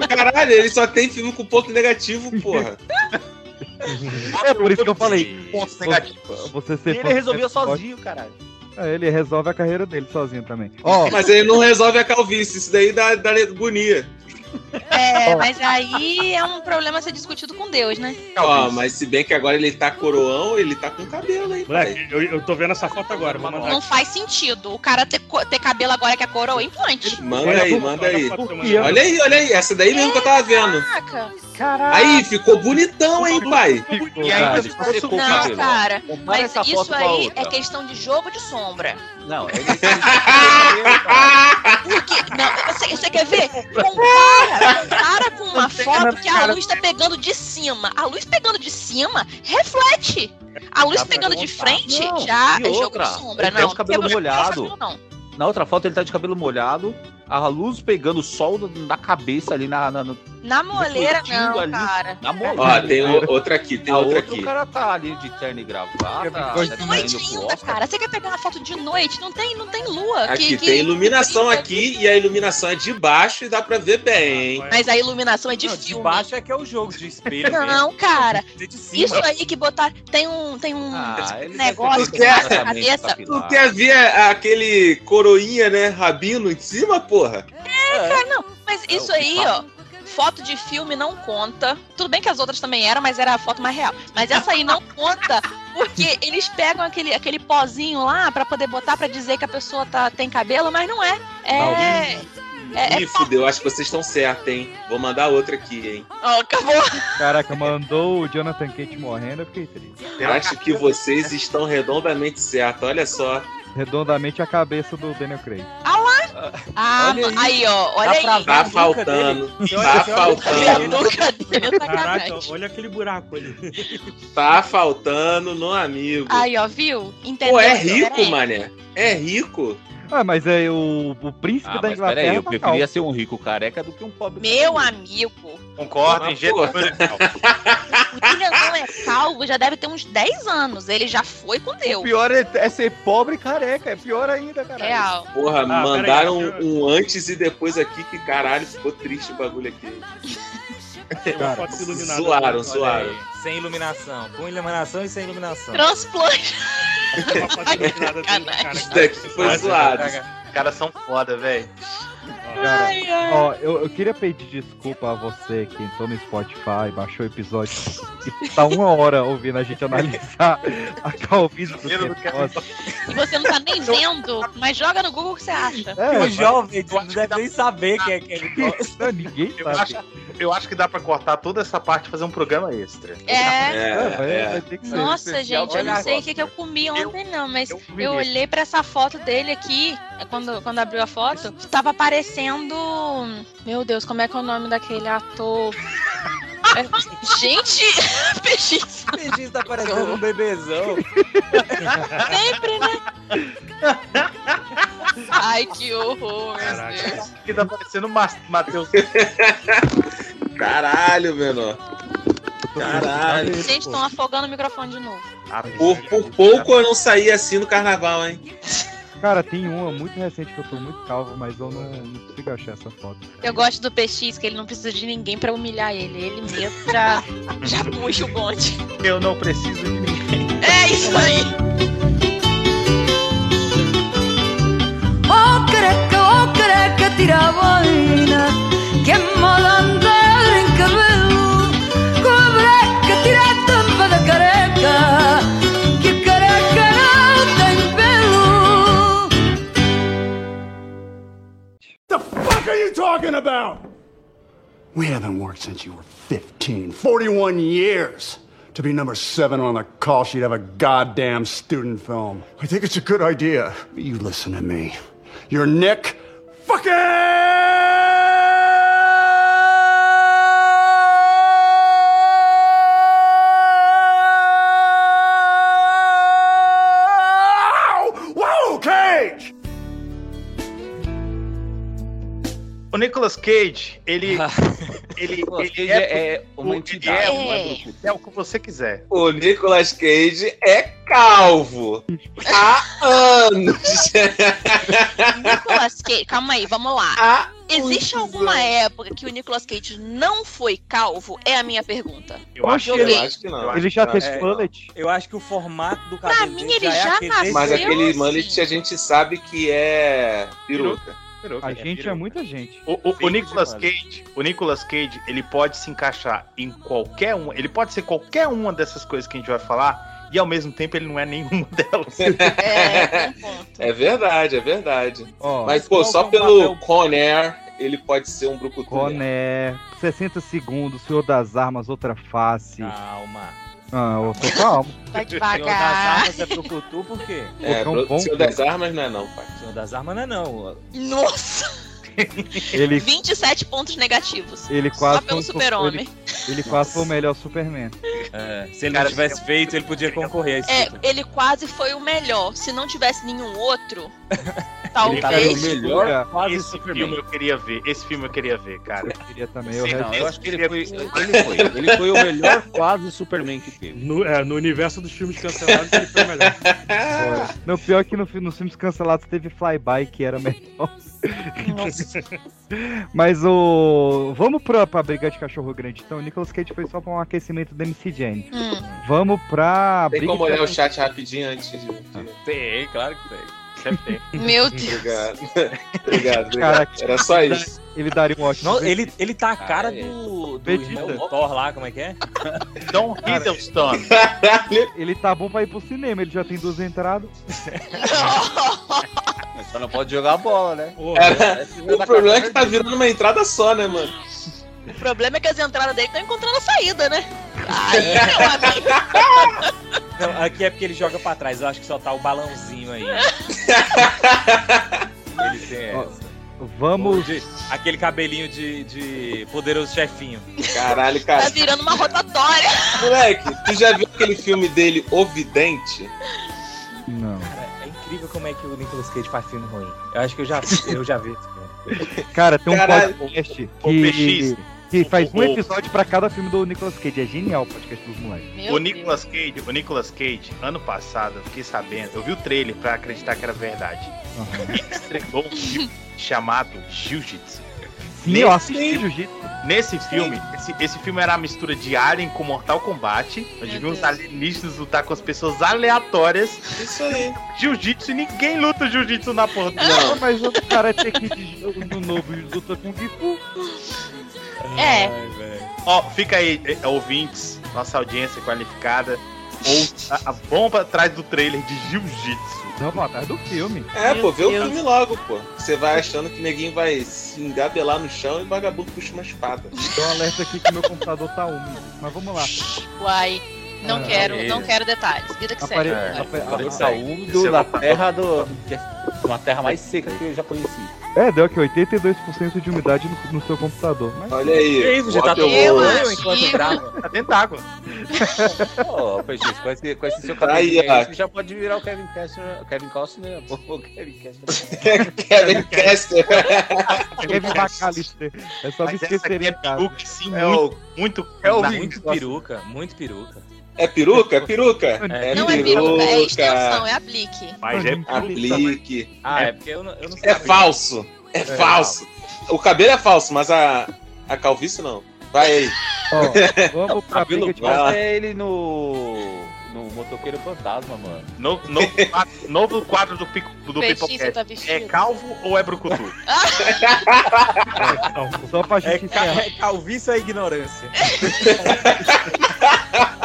[SPEAKER 8] Caralho, ele só tem filme com ponto negativo, porra.
[SPEAKER 7] É por isso que eu falei.
[SPEAKER 2] Pontos
[SPEAKER 7] Você-
[SPEAKER 2] negativos.
[SPEAKER 7] Você ser
[SPEAKER 6] E ele
[SPEAKER 7] fã-
[SPEAKER 6] resolveu sozinho, caralho.
[SPEAKER 7] É, Ele resolve a carreira dele sozinho também. Ó,
[SPEAKER 8] Mas ele não resolve a calvície, isso daí dá, dá agonia.
[SPEAKER 5] É,
[SPEAKER 7] Ó.
[SPEAKER 5] mas aí é um problema a ser discutido com Deus, né?
[SPEAKER 8] Ó, mas se bem que agora ele tá coroão, ele tá com cabelo, hein? pai?
[SPEAKER 9] Moleque, eu, eu tô vendo essa foto agora. Vou mandar
[SPEAKER 5] Não faz sentido. O cara ter, co- ter cabelo agora que é coroa é implante.
[SPEAKER 8] Manda aí, manda aí.
[SPEAKER 7] eu-
[SPEAKER 8] Olha aí, olha aí. Essa daí mesmo que eu tava vendo.
[SPEAKER 5] Caraca.
[SPEAKER 8] Aí, ficou bonitão, hein, pai?
[SPEAKER 2] E ainda
[SPEAKER 6] Caralho,
[SPEAKER 2] ficou
[SPEAKER 6] secou o
[SPEAKER 5] Não,
[SPEAKER 6] cabelo.
[SPEAKER 5] cara.
[SPEAKER 6] Compara
[SPEAKER 5] Mas
[SPEAKER 6] essa
[SPEAKER 5] isso
[SPEAKER 6] foto com a
[SPEAKER 5] aí
[SPEAKER 6] outra.
[SPEAKER 5] é questão de jogo de sombra.
[SPEAKER 6] Não, ele ele- caralho.
[SPEAKER 5] Porque, não, você, você quer ver? Compara, compara com uma foto que a luz tá pegando de cima. A luz pegando de cima reflete. A luz
[SPEAKER 6] Dá pra
[SPEAKER 5] pegando de
[SPEAKER 6] contar.
[SPEAKER 5] frente
[SPEAKER 6] Não,
[SPEAKER 5] já
[SPEAKER 6] e
[SPEAKER 5] é jogo
[SPEAKER 6] outra,
[SPEAKER 5] de sombra,
[SPEAKER 6] ele tem
[SPEAKER 5] não.
[SPEAKER 6] os cabelos
[SPEAKER 5] Porque eu não
[SPEAKER 6] molhados.
[SPEAKER 5] faço aquilo, não.
[SPEAKER 6] Na outra foto ele tá de cabelo molhado, a luz pegando o sol na cabeça ali na. na, na
[SPEAKER 5] Na moleira, não,
[SPEAKER 6] ali,
[SPEAKER 5] cara.
[SPEAKER 6] na moleira.
[SPEAKER 8] Ó, tem o- outra aqui, tem
[SPEAKER 6] A
[SPEAKER 8] outra
[SPEAKER 6] outra,
[SPEAKER 8] aqui.
[SPEAKER 6] O cara tá ali de terno e gravata.
[SPEAKER 5] De
[SPEAKER 6] tá
[SPEAKER 5] noite
[SPEAKER 6] indo pro
[SPEAKER 5] ainda,
[SPEAKER 6] Oscar.
[SPEAKER 5] cara. Você quer pegar uma foto de noite? Não tem, não tem lua.
[SPEAKER 8] Aqui
[SPEAKER 5] que- que-
[SPEAKER 8] tem iluminação aqui e a iluminação é de baixo e dá pra ver bem.
[SPEAKER 6] Ah,
[SPEAKER 8] hein?
[SPEAKER 5] Mas a iluminação é de
[SPEAKER 3] Não, de
[SPEAKER 5] filme.
[SPEAKER 3] baixo é que é o jogo de espelho. mesmo.
[SPEAKER 5] Não, cara.
[SPEAKER 3] Tem de cima.
[SPEAKER 5] Isso é aí que botar. Tem um, tem um
[SPEAKER 6] Ah, ele vai
[SPEAKER 5] negócio
[SPEAKER 6] ter um
[SPEAKER 5] que
[SPEAKER 8] que
[SPEAKER 5] bota na
[SPEAKER 6] tratamento
[SPEAKER 5] cabeça.
[SPEAKER 6] capilar.
[SPEAKER 8] Não tem a ver aquele coroinha, né? Rabino em cima, porra.
[SPEAKER 5] Cara, não.
[SPEAKER 3] É
[SPEAKER 5] Mas isso aí, ó. Foto de filme não conta. Tudo bem que as outras também eram, mas era a foto mais real. Mas essa aí não conta porque eles pegam aquele, aquele pozinho lá pra poder botar pra dizer que a pessoa tá, tem cabelo, mas não é. É. É. é
[SPEAKER 8] Ih, fudeu, acho que vocês estão certos, hein? Vou mandar outra aqui, hein?
[SPEAKER 5] ó, acabou.
[SPEAKER 7] Caraca, mandou o Jonathan Kate morrendo, eu fiquei triste.
[SPEAKER 8] Acho que vocês estão redondamente certos, olha só.
[SPEAKER 7] Redondamente a cabeça do Daniel Craig.
[SPEAKER 5] Ah,
[SPEAKER 6] Olha
[SPEAKER 5] ma- aí, ó. Olha
[SPEAKER 3] Dá pra
[SPEAKER 5] aí.
[SPEAKER 3] ver.
[SPEAKER 8] Tá
[SPEAKER 3] Nunca
[SPEAKER 8] faltando, tá
[SPEAKER 5] Olha a
[SPEAKER 8] faltando,
[SPEAKER 5] boca dele,
[SPEAKER 9] Caraca,
[SPEAKER 5] sacanagem.
[SPEAKER 9] olha aquele buraco ali.
[SPEAKER 8] tá faltando no amigo.
[SPEAKER 5] Aí, ó, viu? Entendeu?
[SPEAKER 8] Pô, é
[SPEAKER 5] Peraí.
[SPEAKER 8] rico, mané. É rico.
[SPEAKER 7] Ah, mas é o, o príncipe
[SPEAKER 6] Ah,
[SPEAKER 7] da
[SPEAKER 6] mas peraí,
[SPEAKER 7] Inglaterra.
[SPEAKER 6] eu
[SPEAKER 7] tá
[SPEAKER 6] preferia ser um rico careca do que um pobre.
[SPEAKER 5] Meu
[SPEAKER 6] careca.
[SPEAKER 5] amigo,
[SPEAKER 2] Concordo, em jeito
[SPEAKER 8] Porra.
[SPEAKER 2] nenhum.
[SPEAKER 5] o William não é calvo, já deve ter uns 10 anos. Ele já foi com
[SPEAKER 6] O
[SPEAKER 5] Deus.
[SPEAKER 6] pior é, é ser pobre e careca, é pior ainda, caralho.
[SPEAKER 5] Real.
[SPEAKER 8] Porra,
[SPEAKER 3] Ah,
[SPEAKER 9] peraí,
[SPEAKER 8] mandaram
[SPEAKER 9] deixa
[SPEAKER 8] um antes e depois aqui que caralho, ficou triste o bagulho aqui.
[SPEAKER 9] Tem uma foto iluminada.
[SPEAKER 8] Zoaram,
[SPEAKER 3] Olha
[SPEAKER 8] zoaram.
[SPEAKER 3] aí, Sem iluminação. Com iluminação e sem iluminação.
[SPEAKER 5] Transplante.
[SPEAKER 9] Tem uma foto iluminada dele, cara.
[SPEAKER 8] Isso daqui foi
[SPEAKER 9] Ah,
[SPEAKER 8] zoado.
[SPEAKER 2] Os caras são foda, velho.
[SPEAKER 7] Cara,
[SPEAKER 5] Ai, ai.
[SPEAKER 7] Ó, eu, eu queria pedir desculpa a você que entrou no Spotify, baixou o episódio e tá uma hora ouvindo a gente analisar a calvície do
[SPEAKER 2] Dinheiro do
[SPEAKER 7] Queiroz.
[SPEAKER 5] E você não tá nem vendo, mas joga no Google o que você acha.
[SPEAKER 3] O
[SPEAKER 7] É,
[SPEAKER 3] jovem não deve nem saber quem é Kevin
[SPEAKER 7] não, ninguém
[SPEAKER 2] Eu
[SPEAKER 7] sabe.
[SPEAKER 2] acho, eu acho que dá pra cortar toda essa parte e fazer um programa extra.
[SPEAKER 5] É.
[SPEAKER 13] Ah,
[SPEAKER 7] É,
[SPEAKER 8] É,
[SPEAKER 7] vai,
[SPEAKER 8] é.
[SPEAKER 7] vai ter que ser.
[SPEAKER 5] Nossa,
[SPEAKER 6] especial,
[SPEAKER 5] gente, eu não
[SPEAKER 6] olha
[SPEAKER 5] sei
[SPEAKER 6] só.
[SPEAKER 5] o que, que eu comi ontem, não, mas
[SPEAKER 2] eu vi
[SPEAKER 5] eu
[SPEAKER 2] isso.
[SPEAKER 5] olhei pra essa foto dele aqui, é, quando, quando abriu a foto, tava aparecendo. Meu Deus, como é que é o nome daquele ator? É, gente, peixe
[SPEAKER 3] Peixe tá parecendo um bebezão.
[SPEAKER 5] sempre, né? Ai, que horror, meu
[SPEAKER 9] Caraca.
[SPEAKER 5] Deus.
[SPEAKER 2] Que tá parecendo o Mas- Matheus.
[SPEAKER 8] Caralho, menor. Caralho.
[SPEAKER 5] Gente, estão afogando o microfone de novo.
[SPEAKER 8] Ah, Por, por pouco eu não saí assim no carnaval, hein?
[SPEAKER 7] Cara, tem uma muito recente que eu tô muito calvo, mas eu não, não consigo achar essa foto.
[SPEAKER 5] Eu gosto do PX, que ele não precisa de ninguém pra humilhar ele. Ele mesmo já, já puxa o bonde.
[SPEAKER 2] Eu não preciso de mim.
[SPEAKER 5] É isso aí.
[SPEAKER 10] Oh careca, oh careca, tira a boina Que moda andar em cabelo Com a breca, tira a tampa da careca Que a careca não tem pelo
[SPEAKER 13] We haven't worked since you were 15. 41 years! To be number seven on the call sheet of a goddamn student film. I think it's a good idea. You listen to me. You're Nick fucking. Wow, Cage!
[SPEAKER 2] O Nicolas Cage, ele.
[SPEAKER 3] Ah.
[SPEAKER 2] ele,
[SPEAKER 6] Pô,
[SPEAKER 2] ele é,
[SPEAKER 6] é, é uma
[SPEAKER 2] ele
[SPEAKER 6] entidade,
[SPEAKER 5] é-
[SPEAKER 6] não é grupo.
[SPEAKER 2] é o que você quiser.
[SPEAKER 8] O Nicolas Cage é calvo. Há anos.
[SPEAKER 5] Nicolas Cage, calma aí, vamos lá.
[SPEAKER 8] Há
[SPEAKER 5] Existe
[SPEAKER 8] muitos
[SPEAKER 5] alguma
[SPEAKER 8] anos.
[SPEAKER 5] época que o Nicolas Cage não foi calvo? É a minha pergunta.
[SPEAKER 2] Eu acho
[SPEAKER 7] Oxe,
[SPEAKER 2] que
[SPEAKER 5] ele-
[SPEAKER 8] Eu acho que não.
[SPEAKER 7] Ele já
[SPEAKER 8] Não,
[SPEAKER 7] teve
[SPEAKER 3] é-
[SPEAKER 7] mullet?
[SPEAKER 3] Eu acho que o formato do cabelo
[SPEAKER 5] mim,
[SPEAKER 3] dele é
[SPEAKER 5] ele já
[SPEAKER 3] aquele-
[SPEAKER 5] nasceu
[SPEAKER 8] Mas
[SPEAKER 5] Meu
[SPEAKER 8] aquele
[SPEAKER 5] assim.
[SPEAKER 8] mullet a gente sabe que é peruca.
[SPEAKER 7] A gente é
[SPEAKER 2] um
[SPEAKER 7] muita gente.
[SPEAKER 2] O, o- o
[SPEAKER 3] Sim,
[SPEAKER 2] Nicolas
[SPEAKER 3] mano.
[SPEAKER 2] Cage, o Nicolas Cage, ele pode se encaixar em qualquer um, ele pode ser qualquer uma dessas coisas que a gente vai falar e ao mesmo tempo ele não é nenhuma delas.
[SPEAKER 5] É, bom ponto.
[SPEAKER 8] É verdade, é verdade.
[SPEAKER 7] Ó,
[SPEAKER 8] Mas, pô,
[SPEAKER 3] qual
[SPEAKER 8] só
[SPEAKER 3] que é o
[SPEAKER 8] pelo
[SPEAKER 3] papel?
[SPEAKER 8] Conair, ele pode ser um brucutu. né?
[SPEAKER 7] Coné, 60 segundos, Senhor das Armas, outra face.
[SPEAKER 3] Calma.
[SPEAKER 7] Ah, eu tô calmo.
[SPEAKER 5] Vai
[SPEAKER 3] Senhor das
[SPEAKER 5] devagar.
[SPEAKER 3] armas é pro Cutu, por quê?
[SPEAKER 8] É,
[SPEAKER 7] Pô, tão
[SPEAKER 8] bro-
[SPEAKER 7] bom,
[SPEAKER 8] Senhor
[SPEAKER 7] cara.
[SPEAKER 8] das Armas não é não, pai.
[SPEAKER 3] Senhor das armas não é não.
[SPEAKER 5] Nossa,
[SPEAKER 7] Ele,
[SPEAKER 5] 27 pontos negativos.
[SPEAKER 7] ele
[SPEAKER 5] Só
[SPEAKER 7] quase foi
[SPEAKER 5] pelo
[SPEAKER 7] um su-
[SPEAKER 5] super-homem.
[SPEAKER 7] Ele, ele quase foi o melhor Superman.
[SPEAKER 3] É, se ele não tivesse feito, ele podia concorrer a isso.
[SPEAKER 5] É, ele quase foi o melhor. Se não tivesse nenhum outro,
[SPEAKER 2] Ele tá no
[SPEAKER 5] talvez.
[SPEAKER 2] melhor quase Esse filme eu queria ver. Esse filme eu queria ver, cara. Eu
[SPEAKER 7] queria também.
[SPEAKER 6] eu não, eu acho que ele foi, ele foi. Ele foi o melhor quase Superman que teve.
[SPEAKER 9] No, é, no universo dos filmes cancelados, ele foi o melhor.
[SPEAKER 7] Não, pior que no, fi- nos filmes cancelados teve Flyby, que era melhor. Mas o. Vamos pra, pra briga de cachorro grande. Então, o Nicolas Cage foi só pra um aquecimento da MC Jane.
[SPEAKER 5] Hum,
[SPEAKER 7] Vamos pra.
[SPEAKER 8] Tem
[SPEAKER 7] briga
[SPEAKER 8] como olhar
[SPEAKER 7] de-
[SPEAKER 8] o chat rapidinho antes de.
[SPEAKER 3] Tem, claro que tem.
[SPEAKER 5] Meu Deus.
[SPEAKER 8] Obrigado. obrigado,
[SPEAKER 7] Cara,
[SPEAKER 8] obrigado. Era só isso.
[SPEAKER 7] Ele daria um ótimo.
[SPEAKER 3] Não, ele, ele tá a cara do, do
[SPEAKER 7] Vegeta.
[SPEAKER 3] irmão do Thor lá, como é que é?
[SPEAKER 2] Don Hiddleston.
[SPEAKER 7] Ele tá bom pra ir pro cinema, ele já tem duas entradas.
[SPEAKER 6] Mas só não pode jogar bola, né?
[SPEAKER 8] Era- O problema é que tá virando uma entrada só, né, mano?
[SPEAKER 5] O problema é que as entradas dele estão encontrando a saída, né? Aí,
[SPEAKER 3] Não, aqui é porque ele joga pra trás, eu acho que só tá o balãozinho aí. ele tem essa. Ou
[SPEAKER 7] Vamos.
[SPEAKER 3] de- aquele cabelinho de, de poderoso chefinho.
[SPEAKER 8] Caralho, cara.
[SPEAKER 5] tá virando uma rotatória.
[SPEAKER 8] Moleque, tu já viu aquele filme dele, O Vidente?
[SPEAKER 7] Não.
[SPEAKER 3] É incrível como é que o Nicolas Cage faz filme ruim. Eu acho que eu já, eu já vi esse filme.
[SPEAKER 7] Cara, tem um
[SPEAKER 8] Caralho.
[SPEAKER 7] podcast
[SPEAKER 2] O
[SPEAKER 7] que,
[SPEAKER 2] PX.
[SPEAKER 7] que faz um
[SPEAKER 2] O-
[SPEAKER 7] episódio pra cada filme do Nicolas Cage. É genial o podcast dos moleques.
[SPEAKER 5] Meu
[SPEAKER 2] o
[SPEAKER 5] Deus.
[SPEAKER 2] Nicolas Cage, o Nicolas Cage, ano passado, eu fiquei sabendo, eu vi o trailer pra acreditar que era verdade.
[SPEAKER 7] Aham.
[SPEAKER 2] Ele estreou um filme chamado Jiu-Jitsu.
[SPEAKER 7] Sim, eu assisti Jiu-Jitsu.
[SPEAKER 2] Nesse filme, esse, esse filme era uma mistura de Alien com Mortal Kombat, onde
[SPEAKER 5] Meu
[SPEAKER 2] viu uns
[SPEAKER 5] Deus.
[SPEAKER 2] alienígenas lutar com as pessoas aleatórias,
[SPEAKER 8] Isso aí.
[SPEAKER 2] Jiu-Jitsu, e ninguém luta o Jiu-Jitsu na porra do
[SPEAKER 7] Não, mas o cara tem que de jogo no novo e luta com o Gifu.
[SPEAKER 5] É.
[SPEAKER 3] Ai, velho.
[SPEAKER 2] Ó, fica aí, eh, ouvintes, nossa audiência qualificada, ou a, a bomba atrás do trailer de Jiu-Jitsu.
[SPEAKER 7] Não, atrás do filme.
[SPEAKER 8] É,
[SPEAKER 11] Meu
[SPEAKER 8] pô, vê o
[SPEAKER 11] Deus.
[SPEAKER 8] filme logo, pô. Você vai achando que neguinho vai se engabelar no chão e o vagabundo puxa uma espada.
[SPEAKER 7] Tem um alerta aqui que meu computador tá úmido. Mas vamos lá.
[SPEAKER 5] Uai. Não
[SPEAKER 7] Ah,
[SPEAKER 5] quero,
[SPEAKER 6] é.
[SPEAKER 5] não quero detalhes. Vida que
[SPEAKER 7] Apare...
[SPEAKER 5] segue.
[SPEAKER 6] É.
[SPEAKER 5] Vai.
[SPEAKER 7] apare-
[SPEAKER 6] Falei
[SPEAKER 2] tá
[SPEAKER 7] a-
[SPEAKER 6] saúdo da terra do. é Uma terra mais seca que eu já conheci.
[SPEAKER 7] É, deu aqui 82% de umidade no, no seu computador. Mas
[SPEAKER 8] Olha aí.
[SPEAKER 3] Que isso, já tá
[SPEAKER 8] Walter
[SPEAKER 5] Eu
[SPEAKER 8] Wall.
[SPEAKER 5] acho
[SPEAKER 3] enquanto
[SPEAKER 5] que-
[SPEAKER 3] grava.
[SPEAKER 2] Tá dentro d'água.
[SPEAKER 6] Ô, Peixes, com esse, com esse seu
[SPEAKER 8] Aí,
[SPEAKER 6] cabelo aí,
[SPEAKER 8] ó.
[SPEAKER 6] você já pode virar o Kevin Costner. O Kevin Costner, né? pô, o Kevin Costner.
[SPEAKER 8] Kevin Kester.
[SPEAKER 7] Kevin McAllister. É só me
[SPEAKER 2] Mas essa
[SPEAKER 7] esquecer
[SPEAKER 2] aqui
[SPEAKER 7] em
[SPEAKER 2] é
[SPEAKER 7] casa.
[SPEAKER 2] peruca, sim,
[SPEAKER 6] É
[SPEAKER 2] muito, muito, na-
[SPEAKER 3] Tá Muito peruca, muito peruca.
[SPEAKER 8] É peruca? É peruca?
[SPEAKER 7] né?
[SPEAKER 3] É,
[SPEAKER 5] Não é peruca, é extensão, é aplique.
[SPEAKER 2] Mas é
[SPEAKER 8] Aplique.
[SPEAKER 3] Ah, é porque eu não, eu não
[SPEAKER 8] É
[SPEAKER 3] sabia.
[SPEAKER 8] falso. É, falso. O cabelo é falso, mas a, a calvície não. Vai aí.
[SPEAKER 7] Ó, vamos pra
[SPEAKER 6] Cabelo
[SPEAKER 7] briga tipo, de
[SPEAKER 8] vai lá.
[SPEAKER 6] é ele no. No motoqueiro fantasma, mano.
[SPEAKER 2] No- no- quadro- novo quadro do, pico, do
[SPEAKER 5] Peixinho
[SPEAKER 2] Pipocast.
[SPEAKER 5] tá
[SPEAKER 2] É
[SPEAKER 5] vestido.
[SPEAKER 2] calvo ou é brucutu? Tá
[SPEAKER 7] só pra
[SPEAKER 3] É,
[SPEAKER 7] gente
[SPEAKER 3] ca-
[SPEAKER 7] encerrar.
[SPEAKER 3] é calvície ou ignorância?
[SPEAKER 7] Só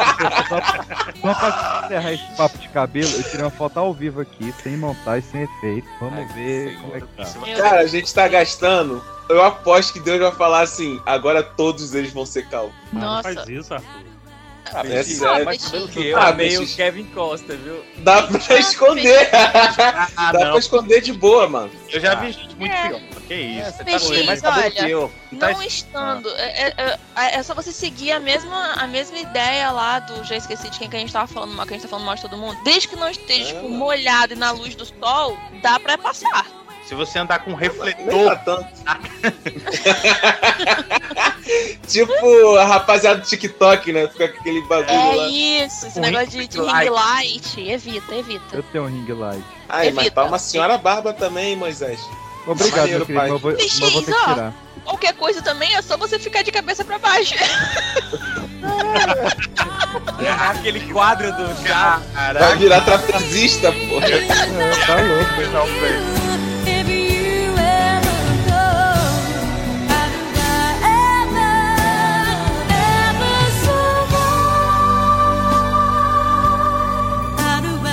[SPEAKER 7] pra gente encerrar esse papo de cabelo, eu tirei uma foto ao vivo aqui, sem montagem, sem efeito. Vamos ver como é que tá.
[SPEAKER 5] Meu Deus.
[SPEAKER 8] Cara, a gente tá gastando. Eu aposto que Deus vai falar assim: agora todos eles vão ser calvos.
[SPEAKER 9] Não faz
[SPEAKER 5] Nossa.
[SPEAKER 9] isso, Arthur.
[SPEAKER 3] Ah,
[SPEAKER 8] é
[SPEAKER 3] Peixes,
[SPEAKER 8] sério.
[SPEAKER 3] Mas pelo que eu
[SPEAKER 8] Ah,
[SPEAKER 3] amei
[SPEAKER 8] Peixes.
[SPEAKER 3] o Kevin Costa, viu?
[SPEAKER 8] Dá pra esconder.
[SPEAKER 2] Ah,
[SPEAKER 8] Dá pra esconder de boa, mano.
[SPEAKER 2] Eu já vi gente muito
[SPEAKER 5] É.
[SPEAKER 2] pior. Que isso.
[SPEAKER 6] você
[SPEAKER 5] Peixes, olha,
[SPEAKER 6] eu.
[SPEAKER 2] Tá-
[SPEAKER 5] Não estando, é, é- é- é só você seguir a mesma, a mesma ideia lá do. Já esqueci de quem que a gente tava falando mal, que a gente tá falando mal de todo mundo. Desde que não esteja, tipo,
[SPEAKER 8] mano.
[SPEAKER 5] molhado e na luz do sol, dá pra passar.
[SPEAKER 2] Se você andar com um
[SPEAKER 8] Nem
[SPEAKER 2] refletor,
[SPEAKER 8] tá tanto. tipo a rapaziada do TikTok, né? Fica com aquele bagulho
[SPEAKER 5] É
[SPEAKER 8] lá.
[SPEAKER 5] isso, esse
[SPEAKER 2] Um
[SPEAKER 5] negócio
[SPEAKER 2] ring
[SPEAKER 5] de, de
[SPEAKER 2] light.
[SPEAKER 5] ring light. Evita, evita.
[SPEAKER 7] Eu tenho um ring light.
[SPEAKER 8] Ai, mas
[SPEAKER 5] Evita.
[SPEAKER 8] tá uma senhora barba também, Moisés.
[SPEAKER 7] Obrigado,
[SPEAKER 8] Maneiro,
[SPEAKER 7] meu querido.
[SPEAKER 8] pai.
[SPEAKER 7] Mas eu vou, mas eu vou ter que
[SPEAKER 5] Peixes, ó.
[SPEAKER 7] tirar.
[SPEAKER 5] Qualquer coisa também é só você ficar de cabeça pra baixo.
[SPEAKER 3] Aquele quadro do Chaves.
[SPEAKER 8] Vai virar trapezista, pô.
[SPEAKER 7] É, tá louco.
[SPEAKER 2] um
[SPEAKER 10] If you ever go, I would die ever, ever so much. How do I,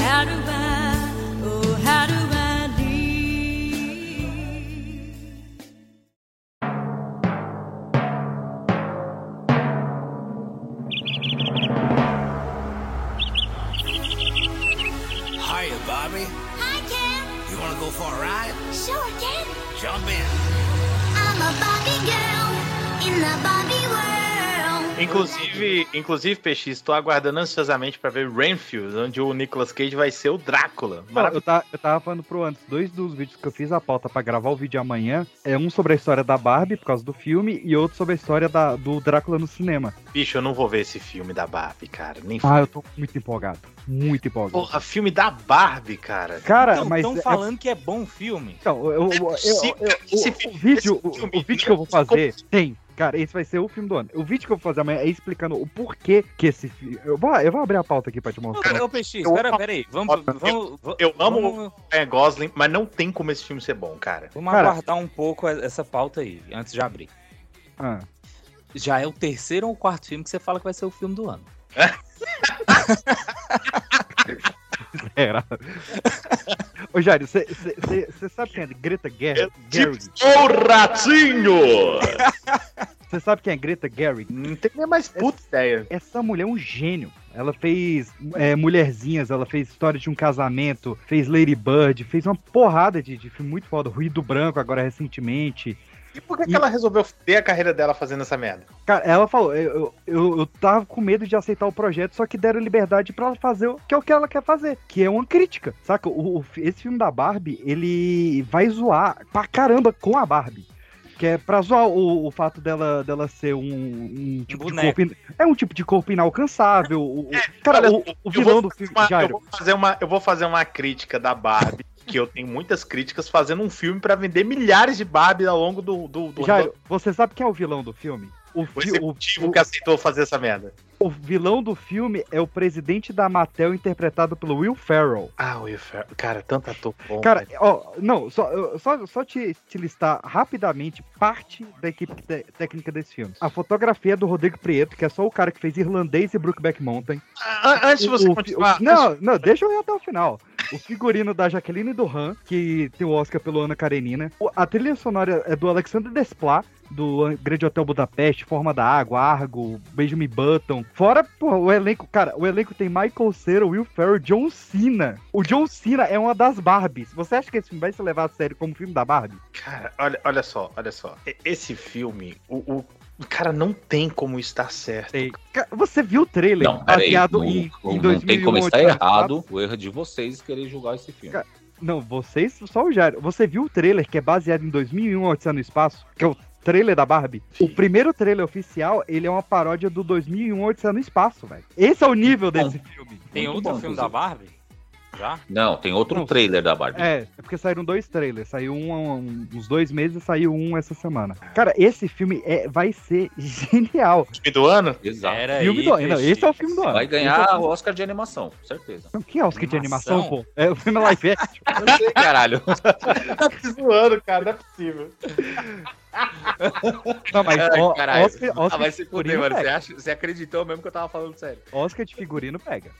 [SPEAKER 10] how do I, oh, how do I leave?
[SPEAKER 14] Hiya, Bobby.
[SPEAKER 10] Hi, Ken.
[SPEAKER 14] You want to go for a ride?
[SPEAKER 10] Sure, Ken.
[SPEAKER 14] Jump in.
[SPEAKER 10] I'm a Bobby girl in the Bobby world.
[SPEAKER 2] Inclusive, inclusive, Peixe, estou aguardando ansiosamente para ver Renfield, onde o Nicolas Cage vai ser o Drácula.
[SPEAKER 7] Não, eu, ta- eu tava falando pro antes, dois dos vídeos que eu fiz a pauta pra gravar o vídeo amanhã é um sobre a história da Barbie, por causa do filme, e outro sobre a história da- do Drácula no cinema.
[SPEAKER 2] Bicho, eu não vou ver esse filme da Barbie, cara. Nem
[SPEAKER 7] Ah, eu tô muito empolgado. Muito empolgado.
[SPEAKER 2] Porra, filme da Barbie, cara.
[SPEAKER 7] Cara,
[SPEAKER 3] Então,
[SPEAKER 7] mas.
[SPEAKER 3] tão
[SPEAKER 7] é-
[SPEAKER 3] falando que é bom filme.
[SPEAKER 7] Então, eu, eu- eu-
[SPEAKER 3] possível
[SPEAKER 7] eu- o- o, vídeo, o, o vídeo que eu vou fazer tem. Cara, esse vai ser o filme do ano. O vídeo que eu vou fazer amanhã é explicando o porquê que esse filme. Eu vou, eu vou abrir a pauta aqui pra te mostrar.
[SPEAKER 3] Ô, Peixe, espera, pera aí. Vamos, vamos,
[SPEAKER 2] Eu, eu amo
[SPEAKER 3] vamos-
[SPEAKER 2] o Ryan Gosling, mas não tem como esse filme ser bom, cara.
[SPEAKER 3] vamos aguardar um pouco essa pauta aí, antes de abrir.
[SPEAKER 7] Ah.
[SPEAKER 3] Já é o terceiro ou quarto filme que você fala que vai ser o filme do ano.
[SPEAKER 7] Era. É, Ô, Jair, você sabe quem é Greta Ger Gerwig?
[SPEAKER 1] O ratinho!
[SPEAKER 7] Você sabe quem é Greta Gerwig? Não
[SPEAKER 2] tem nem mais puta ideia.
[SPEAKER 7] Essa mulher é um gênio. Ela fez é, Mulherzinhas, ela fez História de um Casamento, fez Lady Bird, fez uma porrada de, de filme muito foda. Ruído Branco, agora recentemente.
[SPEAKER 2] E por que, que ela resolveu ter a carreira dela fazendo essa merda?
[SPEAKER 7] Cara, ela falou, eu, eu, eu tava com medo de aceitar o projeto, só que deram liberdade pra ela fazer o que é o que ela quer fazer, que é uma crítica, saca? O, o- esse filme da Barbie, ele vai zoar pra caramba com a Barbie. Que é pra zoar o, o fato dela, dela ser um, um tipo de
[SPEAKER 2] boneco.
[SPEAKER 7] corpo. in- É um tipo de corpo inalcançável. o- o- cara, o, o vilão do filme.
[SPEAKER 2] Uma, eu,
[SPEAKER 7] Jairo,
[SPEAKER 2] É, vou fazer uma, eu vou fazer uma crítica da Barbie, que eu tenho muitas críticas, fazendo um filme pra vender milhares de Barbie ao longo do... do, do
[SPEAKER 7] Jairo, você sabe quem é o vilão do filme? O,
[SPEAKER 2] o
[SPEAKER 7] fi- o-
[SPEAKER 2] executivo que aceitou fazer essa merda.
[SPEAKER 7] o vilão do filme é o presidente da Mattel, interpretado pelo Will Ferrell.
[SPEAKER 2] Ah, o Fer... Cara, tanto ator bom. né?
[SPEAKER 7] Cara, ó, não, só, eu- só, só te, te listar rapidamente parte da equipe te- técnica desse filme. A fotografia é do Rodrigo Prieto, que é só o cara que fez Irlandês e Brookback Mountain.
[SPEAKER 2] Ah, antes de você
[SPEAKER 7] O- o-
[SPEAKER 2] continuar,
[SPEAKER 7] o- não, não, deixa eu ir até o final. O figurino da Jaqueline Duran, que tem o Oscar pelo Ana Karenina. O- A trilha sonora é do Alexander Desplat, do Grande Hotel Budapeste, Forma da Água, Argo, Benjamin Button. Fora, pô, o elenco, cara, o elenco tem Michael Cera, Will Ferrell, John Cena. O John Cena é uma das Barbies. Você acha que esse filme vai se levar a sério como filme da Barbie?
[SPEAKER 2] Cara, olha, olha só, olha só. E- Esse filme, o, o, o cara não tem como estar certo.
[SPEAKER 7] Ca- Você viu o trailer
[SPEAKER 6] Não, peraí,
[SPEAKER 7] baseado
[SPEAKER 6] não,
[SPEAKER 7] em,
[SPEAKER 6] não
[SPEAKER 7] em
[SPEAKER 6] tem
[SPEAKER 7] 2001,
[SPEAKER 6] como estar
[SPEAKER 7] Odisseia no
[SPEAKER 6] errado o erro de vocês querer julgar esse filme.
[SPEAKER 7] Cara, Não, vocês, só o Jairo. Você viu o trailer que é baseado em 2001 Odisseia no Espaço? Que é o trailer da Barbie? O primeiro trailer oficial, ele é uma paródia do 2001 Odisseia no Espaço, velho. Esse é o nível
[SPEAKER 6] Então,
[SPEAKER 7] desse filme.
[SPEAKER 3] Tem
[SPEAKER 7] Muito
[SPEAKER 3] outro
[SPEAKER 7] bom,
[SPEAKER 3] filme da Barbie? Já?
[SPEAKER 6] Não, tem outro trailer da Barbie.
[SPEAKER 7] É, é porque saíram dois trailers. Saiu um há um- uns dois meses e saiu um essa semana. Cara, esse filme é, vai ser genial.
[SPEAKER 2] Filme do ano?
[SPEAKER 6] Exato.
[SPEAKER 7] Filme do ano. Não, esse é o filme do ano.
[SPEAKER 6] Vai
[SPEAKER 7] Esse é
[SPEAKER 6] ganhar
[SPEAKER 7] o
[SPEAKER 6] o
[SPEAKER 7] filme-
[SPEAKER 6] Oscar de animação, certeza.
[SPEAKER 7] Não, que é Oscar de
[SPEAKER 6] Animação?
[SPEAKER 7] animação, pô? É o filme live action.
[SPEAKER 6] Eu sei, caralho.
[SPEAKER 2] Tá zoando, cara, não é possível.
[SPEAKER 7] Não, mas
[SPEAKER 6] Ai,
[SPEAKER 7] Então, ó,
[SPEAKER 6] caralho.
[SPEAKER 7] Oscar,
[SPEAKER 6] Ah,
[SPEAKER 7] Oscar
[SPEAKER 6] vai
[SPEAKER 7] de
[SPEAKER 6] se fuder,
[SPEAKER 7] figurino
[SPEAKER 6] mano. Você,
[SPEAKER 7] pega.
[SPEAKER 6] acha, você acreditou mesmo que eu tava falando sério.
[SPEAKER 7] Oscar de figurino pega.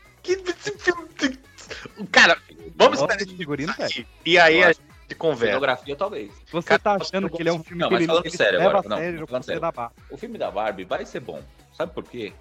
[SPEAKER 2] Cara, vamos
[SPEAKER 7] Oscar
[SPEAKER 2] esperar
[SPEAKER 7] de figurino pega.
[SPEAKER 2] E aí a gente conversa.
[SPEAKER 6] Fotografia, talvez.
[SPEAKER 7] Você
[SPEAKER 6] Cara,
[SPEAKER 7] tá
[SPEAKER 6] eu
[SPEAKER 7] achando
[SPEAKER 6] gosto-
[SPEAKER 7] que ele é um filme
[SPEAKER 6] não,
[SPEAKER 7] que
[SPEAKER 6] mas
[SPEAKER 7] ele,
[SPEAKER 6] falando
[SPEAKER 7] ele
[SPEAKER 6] sério
[SPEAKER 7] leva
[SPEAKER 6] agora,
[SPEAKER 7] a
[SPEAKER 6] não,
[SPEAKER 7] sério o
[SPEAKER 6] falando
[SPEAKER 7] filme
[SPEAKER 6] sério.
[SPEAKER 7] da Barbie.
[SPEAKER 6] O filme da Barbie vai ser bom. Sabe por quê?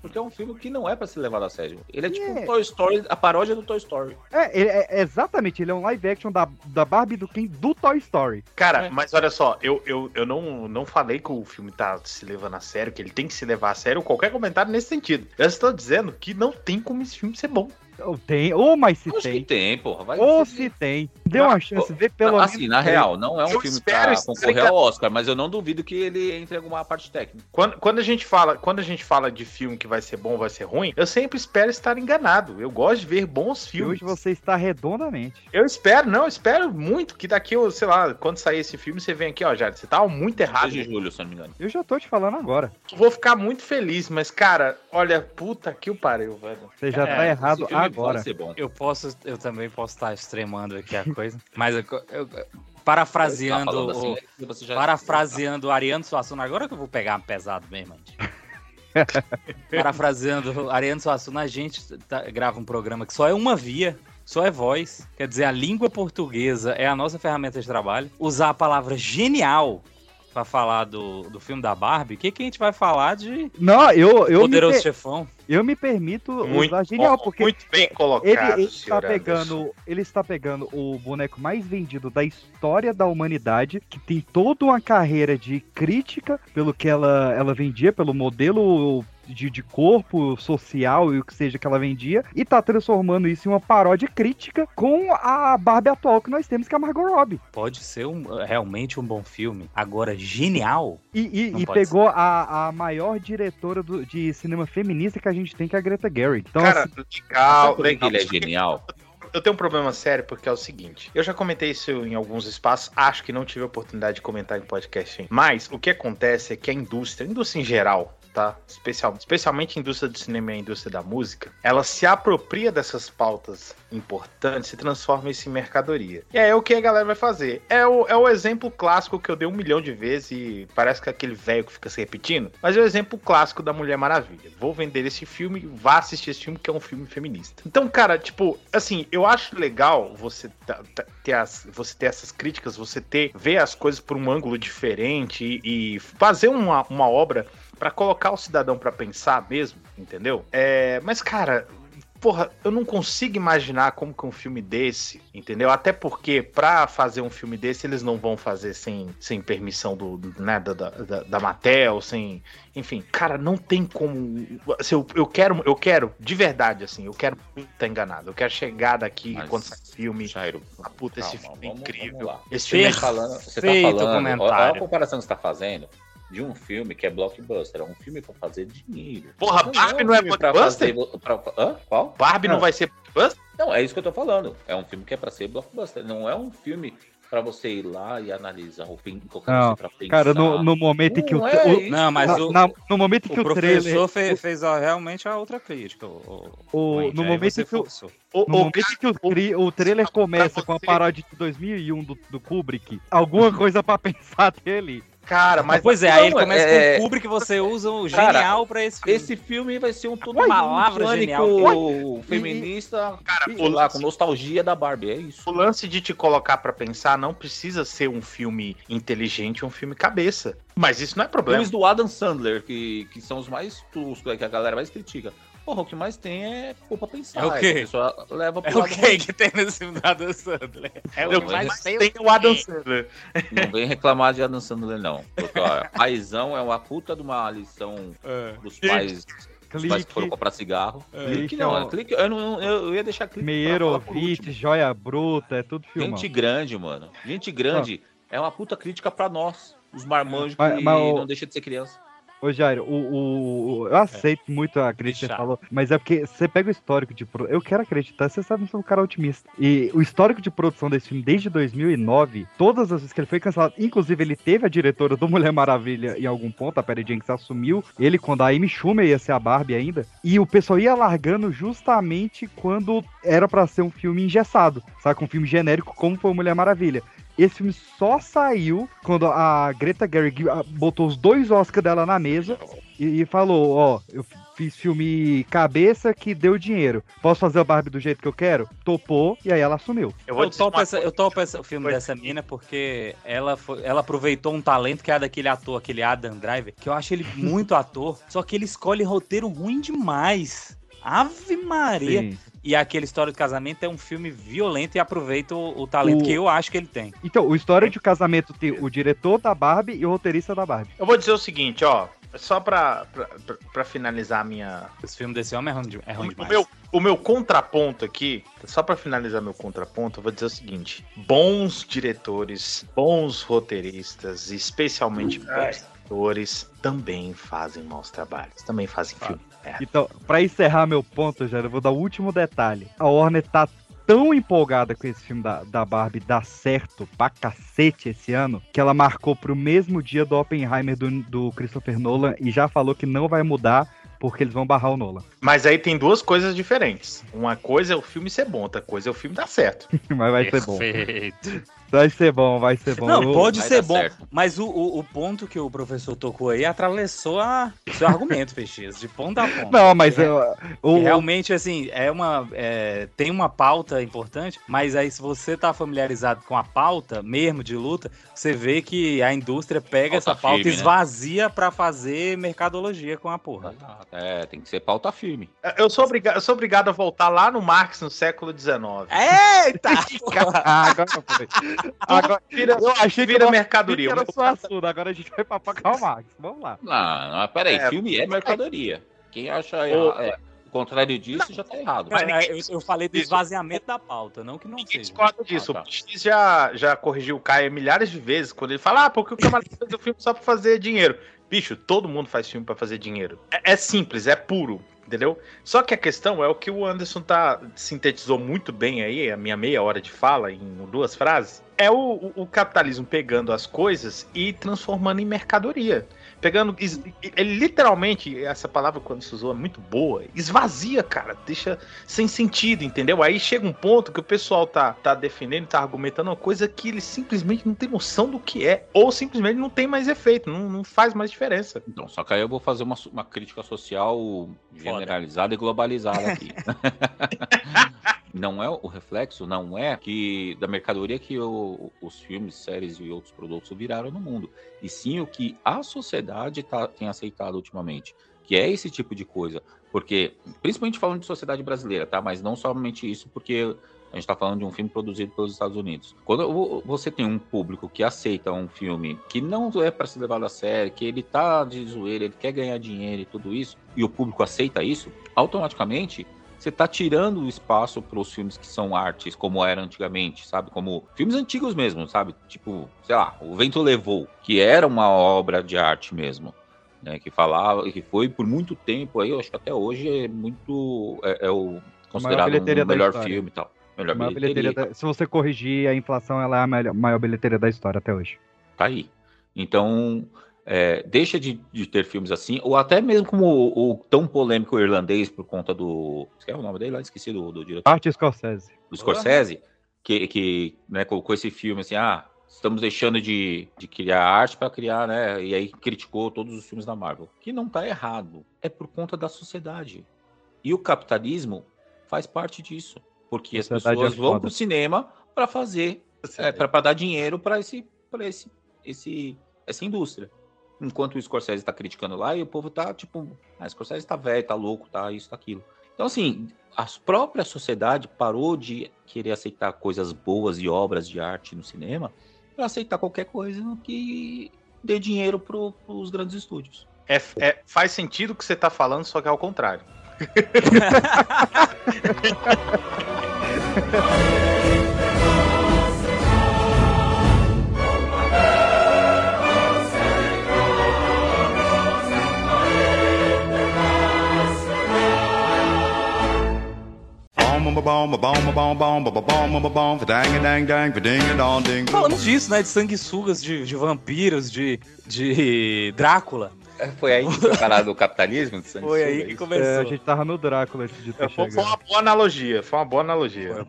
[SPEAKER 6] Porque é um filme que não é pra ser levado a sério. Ele é tipo
[SPEAKER 7] É.
[SPEAKER 6] um Toy Story, a paródia do Toy Story.
[SPEAKER 7] É, ele- é- é exatamente, ele é um live action da, da Barbie do Ken do Toy Story.
[SPEAKER 2] Cara, mas olha só, eu, eu, eu não, não falei que o filme tá se levando a sério, que ele tem que se levar a sério, qualquer comentário nesse sentido. Eu estou dizendo que não tem como esse filme ser bom.
[SPEAKER 7] Ou tem, ou mas se
[SPEAKER 6] Acho que
[SPEAKER 7] tem.
[SPEAKER 6] tem, porra. Vai
[SPEAKER 7] Ou se tem. Dê uma chance, vê pelo menos.
[SPEAKER 6] Assim, na
[SPEAKER 7] três.
[SPEAKER 6] real, não é um
[SPEAKER 7] Eu
[SPEAKER 6] filme
[SPEAKER 7] espero
[SPEAKER 6] pra
[SPEAKER 7] estar
[SPEAKER 6] concorrer
[SPEAKER 7] enganado.
[SPEAKER 6] ao Oscar, mas eu não duvido que ele entre em alguma parte técnica.
[SPEAKER 2] Quando, quando, a gente fala, quando a gente fala de filme que vai ser bom, vai ser ruim, eu sempre espero estar enganado. Eu gosto de ver bons
[SPEAKER 7] E
[SPEAKER 2] filmes.
[SPEAKER 7] hoje você está redondamente.
[SPEAKER 2] Eu espero, não, eu espero muito que daqui, eu, sei lá, quando sair esse filme, você vem aqui, ó, Jared, você tá muito errado.
[SPEAKER 6] de julho, se não me engano.
[SPEAKER 7] Eu já tô te falando agora.
[SPEAKER 2] Vou ficar muito feliz, mas, cara, olha, puta que o pariu, velho.
[SPEAKER 7] Você já
[SPEAKER 3] É,
[SPEAKER 7] tá
[SPEAKER 3] esse
[SPEAKER 7] errado
[SPEAKER 3] filme
[SPEAKER 7] agora.
[SPEAKER 3] pode ser bom. Eu posso, eu também posso estar extremando aqui a coisa, mas eu, eu- eu- parafraseando,
[SPEAKER 6] Tá falando assim,
[SPEAKER 3] o-
[SPEAKER 6] né, que você já-
[SPEAKER 3] parafraseando o Ariano Suassuna, agora que eu vou pegar um pesado mesmo, gente. parafraseando o Ariano Suassuna, a gente tá- grava um programa que só é uma via, só é voz, quer dizer, a língua portuguesa é a nossa ferramenta de trabalho. Usar a palavra genial pra falar do, do filme da Barbie, o que, que a gente vai falar de
[SPEAKER 7] Não, eu, eu, me
[SPEAKER 3] Poderoso
[SPEAKER 7] pe-
[SPEAKER 3] Chefão?
[SPEAKER 7] Eu me permito
[SPEAKER 2] Muito
[SPEAKER 7] usar É genial,
[SPEAKER 2] bom,
[SPEAKER 7] porque é,
[SPEAKER 2] muito bem colocado,
[SPEAKER 7] ele, ele
[SPEAKER 2] senhor
[SPEAKER 7] está pegando,
[SPEAKER 2] Anderson.
[SPEAKER 7] ele está pegando o boneco mais vendido da história da humanidade, que tem toda uma carreira de crítica pelo que ela, ela vendia, pelo modelo de, de corpo social e o que seja que ela vendia, e tá transformando isso em uma paródia crítica com a Barbie atual que nós temos, que é a Margot Robbie.
[SPEAKER 3] Pode ser um- realmente um bom filme. Agora, genial.
[SPEAKER 7] E, e-
[SPEAKER 3] Não
[SPEAKER 7] e
[SPEAKER 3] pode
[SPEAKER 7] pegou a, a maior diretora do- de cinema feminista que a gente tem, que é a Greta Gerwig. Então,
[SPEAKER 2] Cara,
[SPEAKER 7] assim,
[SPEAKER 2] legal,
[SPEAKER 7] Sabe
[SPEAKER 2] legal.
[SPEAKER 7] por que ele é
[SPEAKER 6] genial.
[SPEAKER 2] Eu tenho um problema sério porque é o seguinte: eu já comentei isso em alguns espaços, acho que não tive a oportunidade de comentar em podcast. hein? Mas o que acontece é que a indústria, a indústria em geral, tá? Especial, especialmente a indústria do cinema e a indústria da música, ela se apropria dessas pautas importantes e transforma isso em mercadoria. E aí o que a galera vai fazer? É o, é o exemplo clássico que eu dei um milhão de vezes e parece que é aquele velho que fica se repetindo, mas é o exemplo clássico da Mulher Maravilha. Vou vender esse filme, vá assistir esse filme que é um filme feminista. Então, cara, tipo, assim, eu acho legal você tá- tá- ter, as, você ter essas críticas, você ter ver as coisas por um ângulo diferente e, e fazer uma, uma obra pra colocar o cidadão pra pensar mesmo, entendeu? É, mas, cara, Porra, eu não consigo imaginar como que um filme desse, entendeu? Até porque pra fazer um filme desse eles não vão fazer sem, sem permissão do, do né, da, da, da- da Mattel, sem, enfim, cara, não tem como. assim, eu, eu quero, eu quero de verdade assim, eu quero estar enganado, eu quero chegar daqui quando sai o filme. ah, puta, esse
[SPEAKER 12] calma,
[SPEAKER 2] filme é incrível.
[SPEAKER 12] Vamos lá.
[SPEAKER 2] Esse
[SPEAKER 12] Você
[SPEAKER 2] filme é
[SPEAKER 12] tá falando, você tá
[SPEAKER 2] perfeito
[SPEAKER 12] falando olha a
[SPEAKER 2] comentário.
[SPEAKER 12] comparação que você tá fazendo de um filme que é blockbuster, é um filme pra fazer dinheiro. um
[SPEAKER 2] Porra, Barbie não é
[SPEAKER 12] filme pra
[SPEAKER 2] blockbuster?
[SPEAKER 12] fazer- pra- hã? Qual?
[SPEAKER 2] Barbie não vai ser blockbuster?
[SPEAKER 12] Não, é isso que eu tô falando. É um filme que é pra ser blockbuster, não é um filme pra você ir lá e analisar o filme, colocar
[SPEAKER 7] Não,
[SPEAKER 12] você pra pensar.
[SPEAKER 7] cara, no, no momento em que o,
[SPEAKER 12] Não é
[SPEAKER 7] o-
[SPEAKER 12] isso.
[SPEAKER 3] Não, mas
[SPEAKER 7] na-
[SPEAKER 3] o-
[SPEAKER 7] na- no momento em que
[SPEAKER 3] o
[SPEAKER 7] o, trailer,
[SPEAKER 3] professor fe- fez, a- realmente a outra crítica. O, o-
[SPEAKER 7] o-
[SPEAKER 3] Wendy,
[SPEAKER 7] no
[SPEAKER 3] aí
[SPEAKER 7] momento
[SPEAKER 3] você
[SPEAKER 12] assim,
[SPEAKER 7] que o,
[SPEAKER 3] forçou.
[SPEAKER 7] no momento que o, tri- o trailer começa com a paródia de 2001 do, do Kubrick, alguma coisa pra pensar dele.
[SPEAKER 2] Cara,
[SPEAKER 3] mas- Pois é, aí ele começa com o Kubrick, você usa o genial pra esse filme.
[SPEAKER 12] Esse filme vai ser um tudo
[SPEAKER 3] Ué, palavra
[SPEAKER 12] pânico
[SPEAKER 3] genial.
[SPEAKER 2] Ué.
[SPEAKER 12] feminista,
[SPEAKER 2] cara,
[SPEAKER 12] sei lá, com nostalgia da Barbie, é isso.
[SPEAKER 2] O lance de te colocar pra pensar não precisa ser um filme inteligente, um filme cabeça. Mas isso não é problema.
[SPEAKER 12] Filmes do Adam Sandler, que, que são os mais toscos, que a galera mais critica. Porra, o que mais tem é culpa pensar.
[SPEAKER 3] É o quê?
[SPEAKER 12] A pessoa leva
[SPEAKER 3] É
[SPEAKER 12] pro
[SPEAKER 3] o
[SPEAKER 12] lado
[SPEAKER 3] que
[SPEAKER 12] ruim.
[SPEAKER 3] que tem nesse filme da Adam Sandler?
[SPEAKER 12] É o que mais tem
[SPEAKER 2] o Adam Sandler.
[SPEAKER 12] Não vem reclamar de Adam Sandler, não. Porque, ó, paizão é uma puta de uma lição dos
[SPEAKER 7] Clique.
[SPEAKER 12] pais. Os pais que foram comprar cigarro.
[SPEAKER 7] É.
[SPEAKER 12] Clique não, é clique, eu, não, eu eu ia deixar clique. pra-
[SPEAKER 7] Meirovitch, Joia Bruta, é tudo filmão.
[SPEAKER 12] Gente grande, mano. Gente grande é uma puta crítica pra nós, os marmanjos
[SPEAKER 7] Mas-
[SPEAKER 12] que
[SPEAKER 7] mas o-
[SPEAKER 12] não deixa de ser criança.
[SPEAKER 7] Ô, Jairo, o, o- o- eu aceito muito a crítica que você falou, mas é porque você pega o histórico de. pro- Eu quero acreditar, você sabe que eu sou um cara otimista. E o histórico de produção desse filme desde 2009, todas as vezes que ele foi cancelado, inclusive ele teve a diretora do Mulher Maravilha em algum ponto, a Perry Jenkins assumiu, ele quando a Amy Schumer ia ser a Barbie ainda, e o pessoal ia largando justamente quando era pra ser um filme engessado, sabe? Um filme genérico como foi o Mulher Maravilha. Esse filme só saiu quando a Greta Gerwig ah, botou os dois Oscars dela na mesa e, e falou, ó, eu fiz filme cabeça que deu dinheiro. Posso fazer a Barbie do jeito que eu quero? Topou, e aí ela assumiu.
[SPEAKER 3] Eu, topo essa, eu topo essa- o filme dessa mina porque ela, foi- ela aproveitou um talento que é daquele ator, aquele Adam Driver, que eu acho ele muito ator, só que ele escolhe roteiro ruim demais. Ave Maria!
[SPEAKER 7] Sim.
[SPEAKER 3] E aquele História do Casamento é um filme violento e aproveita o, o talento
[SPEAKER 7] O-
[SPEAKER 3] que eu acho que ele tem.
[SPEAKER 7] Então, o história de casamento tem o diretor da Barbie e o roteirista da Barbie.
[SPEAKER 2] Eu vou dizer o seguinte, ó. Só pra, pra, pra- pra finalizar a minha.
[SPEAKER 3] Esse filme desse homem é ruim, de- é ruim
[SPEAKER 2] o
[SPEAKER 3] demais.
[SPEAKER 2] meu, o meu contraponto aqui, só pra finalizar meu contraponto, eu vou dizer o seguinte: bons diretores, bons roteiristas, e especialmente bons atores, também fazem maus trabalhos, também fazem filme. É.
[SPEAKER 7] Então, pra encerrar meu ponto, Jair, eu vou dar o último detalhe. A Warner tá tão empolgada com esse filme da, da Barbie dar certo pra cacete esse ano, que ela marcou pro mesmo dia do Oppenheimer do, do Christopher Nolan e já falou que não vai mudar porque eles vão barrar o Nolan.
[SPEAKER 2] Mas aí tem duas coisas diferentes. Uma coisa é o filme ser bom, outra coisa é o filme dar certo.
[SPEAKER 7] Mas vai ser bom.
[SPEAKER 3] Perfeito.
[SPEAKER 7] Vai ser bom, vai ser bom.
[SPEAKER 3] Não,
[SPEAKER 7] Eu-
[SPEAKER 3] pode ser bom, mas o, o, o ponto que o professor tocou aí atravessou a, o seu argumento, Peixes, de ponta a ponta.
[SPEAKER 7] Não, mas
[SPEAKER 3] Que
[SPEAKER 7] eu- o-
[SPEAKER 3] que realmente, assim, é uma, é, tem uma pauta importante, mas aí se você tá familiarizado com a pauta mesmo de luta, você vê que a indústria pega
[SPEAKER 12] Pauta
[SPEAKER 3] essa pauta
[SPEAKER 12] firme,
[SPEAKER 3] e
[SPEAKER 12] né?
[SPEAKER 3] esvazia pra fazer mercadologia com a porra.
[SPEAKER 12] É, tem que ser pauta firme.
[SPEAKER 2] Eu sou, obriga- eu sou obrigado a voltar lá no Marx no século XIX.
[SPEAKER 7] É,
[SPEAKER 3] É, Eita!
[SPEAKER 7] Ah, agora foi. Agora,
[SPEAKER 2] Vira-
[SPEAKER 7] eu achei que
[SPEAKER 2] vira
[SPEAKER 7] o nosso
[SPEAKER 2] mercadoria.
[SPEAKER 7] filme Era só assunto, agora a gente vai pra Pacal Max. Vamos lá.
[SPEAKER 12] Não, não, peraí,
[SPEAKER 7] É,
[SPEAKER 12] filme é mercadoria. Quem acha
[SPEAKER 7] Ô,
[SPEAKER 12] erra- é, o contrário disso já tá errado.
[SPEAKER 3] Cara, eu, eu falei do esvaziamento da pauta, não que não seja.
[SPEAKER 2] discordo disso. O X já, já corrigiu o Caio milhares de vezes quando ele fala: ah, porque o camarada fez o filme só pra fazer dinheiro. Bicho, todo mundo faz filme pra fazer dinheiro. É, é simples, é puro, entendeu? Só que a questão é o que o Anderson tá sintetizou muito bem aí, a minha meia hora de fala, em duas frases. É o, o- o capitalismo pegando as coisas e transformando em mercadoria. Pegando. es- é literalmente, essa palavra quando se usou é muito boa. Esvazia, cara. Deixa sem sentido, entendeu? Aí chega um ponto que o pessoal tá, tá defendendo, tá argumentando uma coisa que ele simplesmente não tem noção do que é. Ou simplesmente não tem mais efeito, não, não faz mais diferença.
[SPEAKER 12] Então, só que aí eu vou fazer uma, su- uma crítica social generalizada e globalizada aqui. não é o reflexo, não é que da mercadoria que o- os filmes, séries e outros produtos viraram no mundo, e sim o que a sociedade tá, tem aceitado ultimamente, que é esse tipo de coisa. Porque, principalmente falando de sociedade brasileira, tá? Mas não somente isso, porque a gente tá falando de um filme produzido pelos Estados Unidos. Quando vo- você tem um público que aceita um filme que não é para ser levado a sério, que ele tá de zoeira, ele quer ganhar dinheiro e tudo isso, e o público aceita isso, automaticamente você tá tirando o espaço para os filmes que são artes, como era antigamente, sabe? Como filmes antigos mesmo, sabe? Tipo, sei lá, O Vento Levou, que era uma obra de arte mesmo né, que falava, que foi por muito tempo aí, eu acho que até hoje é muito é, é o considerado o
[SPEAKER 7] bilheteria da
[SPEAKER 12] melhor
[SPEAKER 7] história.
[SPEAKER 12] filme e tal. Melhor
[SPEAKER 7] Maior
[SPEAKER 12] bilheteria.
[SPEAKER 7] bilheteria é da- Se você corrigir a inflação, ela é a melhor- maior bilheteria da história até hoje.
[SPEAKER 12] Tá aí. Então, é, deixa de, de ter filmes assim, ou até mesmo como o, o tão polêmico irlandês por conta do. Esquece o nome dele lá, esqueci do, do diretor.
[SPEAKER 7] Arte Scorsese.
[SPEAKER 12] do Scorsese, que, que né, colocou esse filme assim, ah, estamos deixando de, de criar arte para criar, né? E aí criticou todos os filmes da Marvel. Que não tá errado. É por conta da sociedade. E o capitalismo faz parte disso. Porque as
[SPEAKER 7] Sociedade é
[SPEAKER 12] pessoas vão
[SPEAKER 7] foda.
[SPEAKER 12] pro cinema para fazer, para É, dar dinheiro para esse, pra esse, esse, essa indústria. Enquanto o Scorsese tá criticando lá e o povo tá tipo, ah, Scorsese tá velho, tá louco, tá isso, tá aquilo. Então, assim, a própria sociedade parou de querer aceitar coisas boas e obras de arte no cinema para aceitar qualquer coisa que dê dinheiro pro, pros grandes estúdios.
[SPEAKER 2] É, é- faz sentido o que você tá falando, só que é ao contrário.
[SPEAKER 3] Falando disso, né? De sanguessugas, de, de vampiros, de, de Drácula.
[SPEAKER 12] Foi aí que foi parado o capitalismo? De
[SPEAKER 3] Foi aí que começou.
[SPEAKER 7] É, a gente tava no Drácula antes de ter
[SPEAKER 2] Foi uma
[SPEAKER 7] chegado.
[SPEAKER 2] boa analogia, foi uma boa analogia.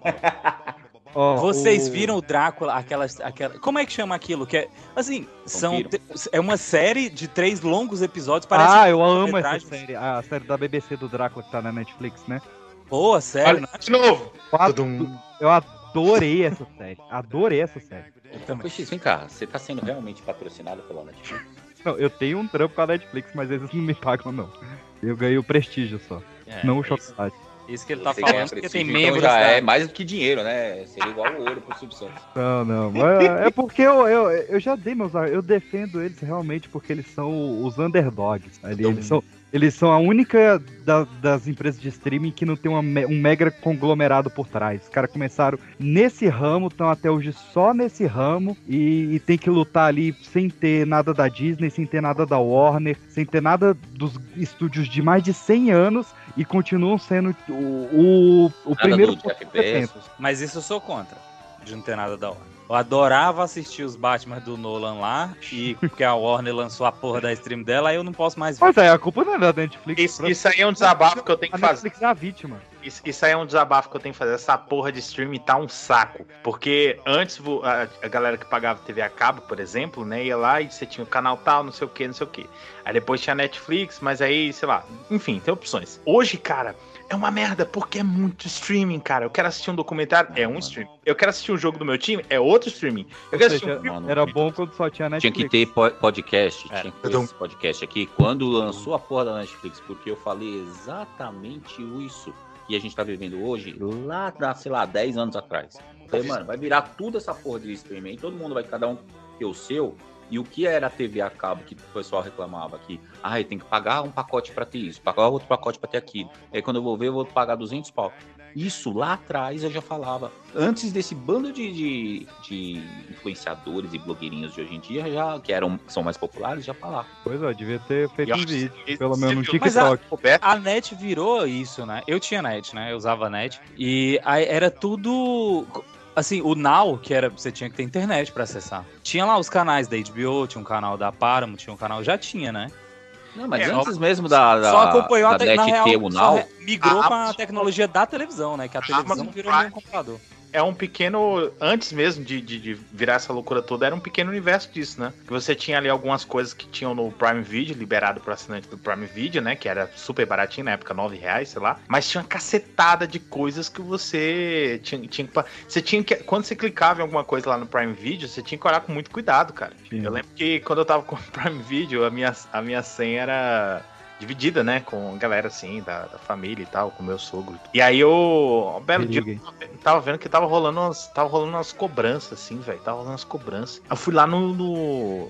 [SPEAKER 7] Ó,
[SPEAKER 3] Vocês
[SPEAKER 7] o-
[SPEAKER 3] viram o Drácula, aquela, aquela. Como é que chama aquilo? Que é. Assim, são. te- É uma série de três longos episódios. Parece
[SPEAKER 7] ah,
[SPEAKER 3] um
[SPEAKER 7] eu amo essa
[SPEAKER 3] longa-metragem.
[SPEAKER 7] série. A série da BBC do Drácula que tá na Netflix, né?
[SPEAKER 3] Boa série. né?
[SPEAKER 2] de novo.
[SPEAKER 7] Eu, ado- eu adorei essa série. Adorei essa série.
[SPEAKER 12] Então, X, vem cá, você tá sendo realmente patrocinado pela Netflix?
[SPEAKER 7] Não, eu tenho um trampo com a Netflix, mas eles não me pagam, não. Eu ganhei o prestígio só.
[SPEAKER 3] né?
[SPEAKER 12] É,
[SPEAKER 7] não o
[SPEAKER 12] é
[SPEAKER 7] chocolate.
[SPEAKER 3] Isso que ele tá
[SPEAKER 12] Você ganha
[SPEAKER 3] falando, porque
[SPEAKER 12] prestígio,
[SPEAKER 3] tem
[SPEAKER 12] então
[SPEAKER 3] membros.
[SPEAKER 12] já
[SPEAKER 3] da-
[SPEAKER 12] é mais do que dinheiro, né? Seria igual o ouro pro Silvio Santos.
[SPEAKER 7] Não, não. mas é porque eu, eu, eu já dei meus. ar- Eu defendo eles realmente porque eles são os underdogs. Ali.
[SPEAKER 3] Então-
[SPEAKER 7] Eles, são, eles são a única da- das empresas de streaming que não tem uma me- um mega conglomerado por trás. Os caras começaram nesse ramo, estão até hoje só nesse ramo e, e tem que lutar ali sem ter nada da Disney, sem ter nada da Warner, sem ter nada dos estúdios de mais de 100 anos e continuam sendo o, o, o
[SPEAKER 3] Nada
[SPEAKER 7] primeiro.
[SPEAKER 3] do Jeff
[SPEAKER 7] 1%.
[SPEAKER 3] Bezos. Mas isso eu sou contra, de não ter nada da hora. Eu adorava assistir os Batman do Nolan lá, e porque a Warner lançou a porra da stream dela, aí eu não posso mais ver.
[SPEAKER 7] Mas aí a culpa não é da Netflix.
[SPEAKER 2] Isso, isso aí é um desabafo que eu tenho que
[SPEAKER 7] A
[SPEAKER 2] fazer.
[SPEAKER 7] Netflix é a vítima.
[SPEAKER 2] Isso, isso aí é um desabafo que eu tenho que fazer. Essa porra de streaming tá um saco. Porque antes vo- a, a galera que pagava TV a cabo, por exemplo, né? Ia lá e você tinha o canal tal, não sei o que, não sei o que. Aí depois tinha Netflix, mas aí, sei lá. Enfim, tem opções. Hoje, cara, é uma merda porque é muito streaming, cara. Eu quero assistir um documentário, é um streaming. Eu quero assistir um jogo do meu time, é outro streaming. Eu quero assistir um filme,
[SPEAKER 7] Era bom quando só tinha
[SPEAKER 12] Tinha
[SPEAKER 7] Netflix. É.
[SPEAKER 12] que ter po- podcast, tinha que
[SPEAKER 7] um
[SPEAKER 12] ter esse podcast aqui quando lançou a porra da Netflix, porque eu falei exatamente isso que a gente tá vivendo hoje, lá, da, sei lá, 10 anos atrás. Eu Falei, mano, vai virar tudo essa porra de streaming aí, todo mundo vai, cada um ter o seu. E o que era a TV a cabo que o pessoal reclamava que, ai, tem que pagar um pacote pra ter isso, pagar outro pacote pra ter aquilo. Aí quando eu vou ver, eu vou pagar 200 pau. Isso lá atrás eu já falava. Antes desse bando de, de- de influenciadores e blogueirinhos de hoje em dia, já, que eram, são mais populares, já falava.
[SPEAKER 7] Pois é, devia ter feito
[SPEAKER 12] E
[SPEAKER 7] um
[SPEAKER 12] acho-
[SPEAKER 7] vídeo,
[SPEAKER 12] e-
[SPEAKER 7] pelo menos no
[SPEAKER 3] Mas a,
[SPEAKER 7] TikTok.
[SPEAKER 3] a net virou isso, né? Eu tinha net, né? Eu usava net. E aí era tudo. Assim, o Now, que era. Você tinha que ter internet pra acessar. Tinha lá os canais da HBO, tinha um canal da Paramount, tinha um canal. Já tinha, né?
[SPEAKER 12] Não, mas
[SPEAKER 3] É,
[SPEAKER 12] antes
[SPEAKER 3] só-
[SPEAKER 12] mesmo da, da,
[SPEAKER 3] só acompanhou
[SPEAKER 12] da
[SPEAKER 3] a te-
[SPEAKER 12] NET
[SPEAKER 3] na real,
[SPEAKER 12] ter o
[SPEAKER 3] só
[SPEAKER 12] Now,
[SPEAKER 3] re- migrou
[SPEAKER 2] A-
[SPEAKER 3] pra tecnologia da televisão, né? Que a
[SPEAKER 2] Ah,
[SPEAKER 3] televisão virou um computador.
[SPEAKER 2] É um pequeno. Antes mesmo de, de- de virar essa loucura toda, era um pequeno universo disso, né? Que você tinha ali algumas coisas que tinham no Prime Video, liberado pro assinante do Prime Video, né? Que era super baratinho na época, 9 reais, sei lá. Mas tinha uma cacetada de coisas que você tinha, tinha que. pa- Você tinha que. Quando você clicava em alguma coisa lá no Prime Video, você tinha que olhar com muito cuidado, cara. Eu lembro que quando eu tava com o Prime Video, a minha, a minha senha era dividida, né? Com a galera assim, da, da família e tal, com o meu sogro. E aí eu. Um belo dia eu tava vendo- tava vendo que tava rolando umas. Tava rolando umas cobranças, assim, velho. Tava rolando umas cobranças. Eu fui lá no. no-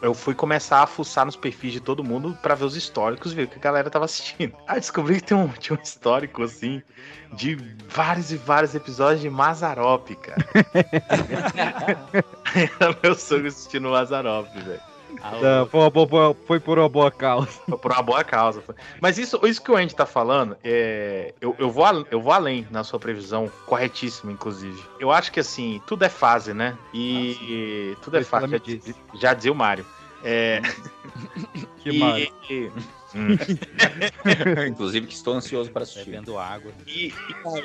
[SPEAKER 2] Eu fui começar a fuçar nos perfis de todo mundo pra ver os históricos, ver o que a galera tava assistindo. Aí eu descobri que tem um, tinha um histórico, assim, de vários e vários episódios de Mazarop, cara. Era meu sogro assistindo o Mazarop, velho.
[SPEAKER 7] Não, Tá, foi, uma boa- foi por uma boa causa.
[SPEAKER 2] Foi por uma boa causa. foi. Mas isso, isso que o Andy tá falando, é, eu, eu, vou, al- eu vou além na sua previsão, corretíssima, inclusive. Eu acho que assim, tudo é fase, né? E tudo é fase. Já, diz- já dizia o Mário. É...
[SPEAKER 7] Que
[SPEAKER 2] e-
[SPEAKER 7] Mário?
[SPEAKER 2] e-
[SPEAKER 12] Inclusive que estou ansioso para
[SPEAKER 7] Tá
[SPEAKER 12] assistir. Bebendo
[SPEAKER 3] água.
[SPEAKER 2] E, e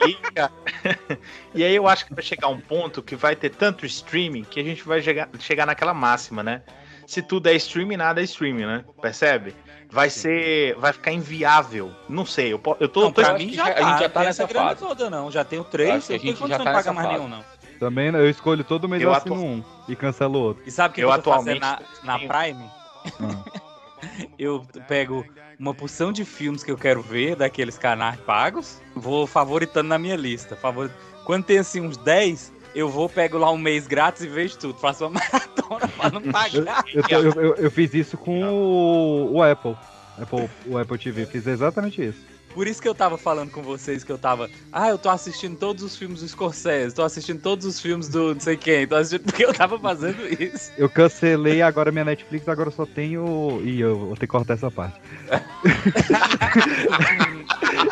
[SPEAKER 2] aí, cara, e aí eu acho que vai chegar um ponto que vai ter tanto streaming que a gente vai chegar, chegar naquela máxima, né? Se tudo é streaming, nada é streaming, né? Percebe? Vai ser. Vai ficar inviável. Não sei, eu, po- eu tô.
[SPEAKER 3] Não,
[SPEAKER 2] tô-
[SPEAKER 3] pra mim já, tá, não tem essa grana
[SPEAKER 2] fase.
[SPEAKER 3] toda, não. Já tenho
[SPEAKER 2] Acho
[SPEAKER 3] três,
[SPEAKER 2] que a
[SPEAKER 3] eu tenho
[SPEAKER 2] gente já
[SPEAKER 3] condição
[SPEAKER 2] tá
[SPEAKER 3] de pagar
[SPEAKER 2] nessa
[SPEAKER 3] mais
[SPEAKER 2] fase.
[SPEAKER 3] nenhum, não.
[SPEAKER 7] Também né, eu escolho todo mês eu,
[SPEAKER 3] Eu
[SPEAKER 7] assino um e cancelo outro.
[SPEAKER 3] E sabe o que
[SPEAKER 7] eu
[SPEAKER 3] eu, tô fazendo
[SPEAKER 7] atualmente Ah.
[SPEAKER 3] na, na Prime? eu pego uma porção de filmes que eu quero ver daqueles canais pagos, vou favoritando na minha lista. Favor... Quando tem assim uns 10, eu vou, pego lá um mês grátis e vejo tudo. Faço uma maratona pra não pagar.
[SPEAKER 7] Eu, tô- eu- eu- eu fiz isso com o, o Apple. Apple. O Apple TV. Fiz exatamente isso.
[SPEAKER 3] Por isso que eu tava falando com vocês que eu tava. Ah, eu tô assistindo todos os filmes do Scorsese, tô assistindo todos os filmes do não sei quem, tô assistindo porque eu tava fazendo isso.
[SPEAKER 7] Eu cancelei agora minha Netflix, agora eu só tenho. Ih, eu vou ter que cortar essa parte.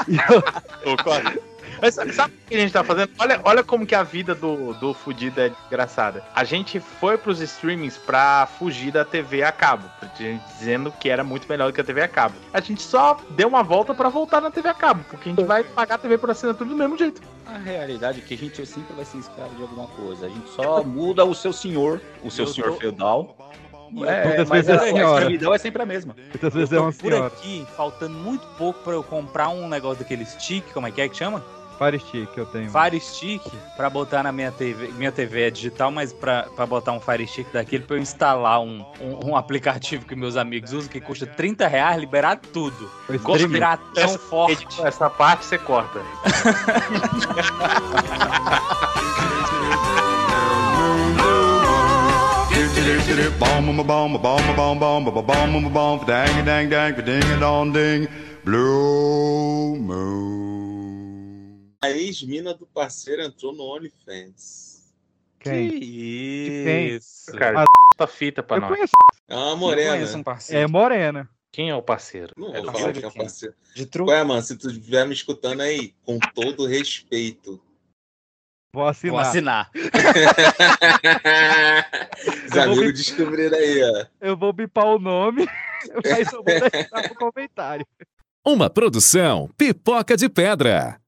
[SPEAKER 7] E eu-
[SPEAKER 2] Ô, Cosme, Mas sabe, sabe o que a gente tá fazendo? Olha, olha como que a vida do, do fudido é desgraçada. A gente foi pros streamings pra fugir da TV a cabo, dizendo que era muito melhor do que a TV a cabo. A gente só deu uma volta pra voltar na TV a cabo, porque a gente vai pagar a TV por assinatura do mesmo jeito.
[SPEAKER 12] A realidade é que a gente sempre vai ser escravo de alguma coisa. A gente só muda o seu senhor, o seu
[SPEAKER 7] Eu
[SPEAKER 12] senhor
[SPEAKER 7] tô-
[SPEAKER 12] feudal.
[SPEAKER 7] Eu
[SPEAKER 12] É,
[SPEAKER 7] tô-
[SPEAKER 12] mas a,
[SPEAKER 7] Muitas vezes é
[SPEAKER 12] a
[SPEAKER 7] senhora.
[SPEAKER 12] escravidão é sempre a mesma.
[SPEAKER 7] Muitas vezes é
[SPEAKER 3] Eu tô
[SPEAKER 7] uma
[SPEAKER 3] por
[SPEAKER 7] senhora.
[SPEAKER 3] aqui, faltando muito pouco pra eu comprar um negócio daquele stick, como é que é que chama?
[SPEAKER 7] Fire Stick eu tenho.
[SPEAKER 3] Fire Stick, pra botar na minha TV. Minha TV é digital, mas pra, pra botar um Fire Stick daquele, pra eu instalar um, um, um aplicativo que meus amigos usam, que custa 30 reais, liberar tudo. Liberar tão forte.
[SPEAKER 2] tipo, Essa parte você corta.
[SPEAKER 15] Dang dang dang ding dong ding blue moon.
[SPEAKER 8] A ex-mina do parceiro entrou no OnlyFans.
[SPEAKER 7] Quem?
[SPEAKER 8] Que
[SPEAKER 7] isso?
[SPEAKER 8] isso?
[SPEAKER 7] Cara,
[SPEAKER 2] a fita pra
[SPEAKER 7] eu
[SPEAKER 2] nós.
[SPEAKER 7] Conheço...
[SPEAKER 8] É uma morena.
[SPEAKER 2] Eu conheço um
[SPEAKER 7] É morena.
[SPEAKER 2] Quem é o parceiro?
[SPEAKER 8] Não
[SPEAKER 2] É do
[SPEAKER 8] vou
[SPEAKER 2] Rio
[SPEAKER 8] falar que é
[SPEAKER 2] de Janeiro.
[SPEAKER 8] parceiro. Qual é, mano? Se tu estiver me escutando aí, com todo respeito,
[SPEAKER 7] Vou assinar.
[SPEAKER 3] Vou assinar.
[SPEAKER 8] Os amigos descobriram aí, ó.
[SPEAKER 7] Eu vou bipar o nome, mas eu vou deixar pro comentário.
[SPEAKER 15] Uma produção pipoca de pedra.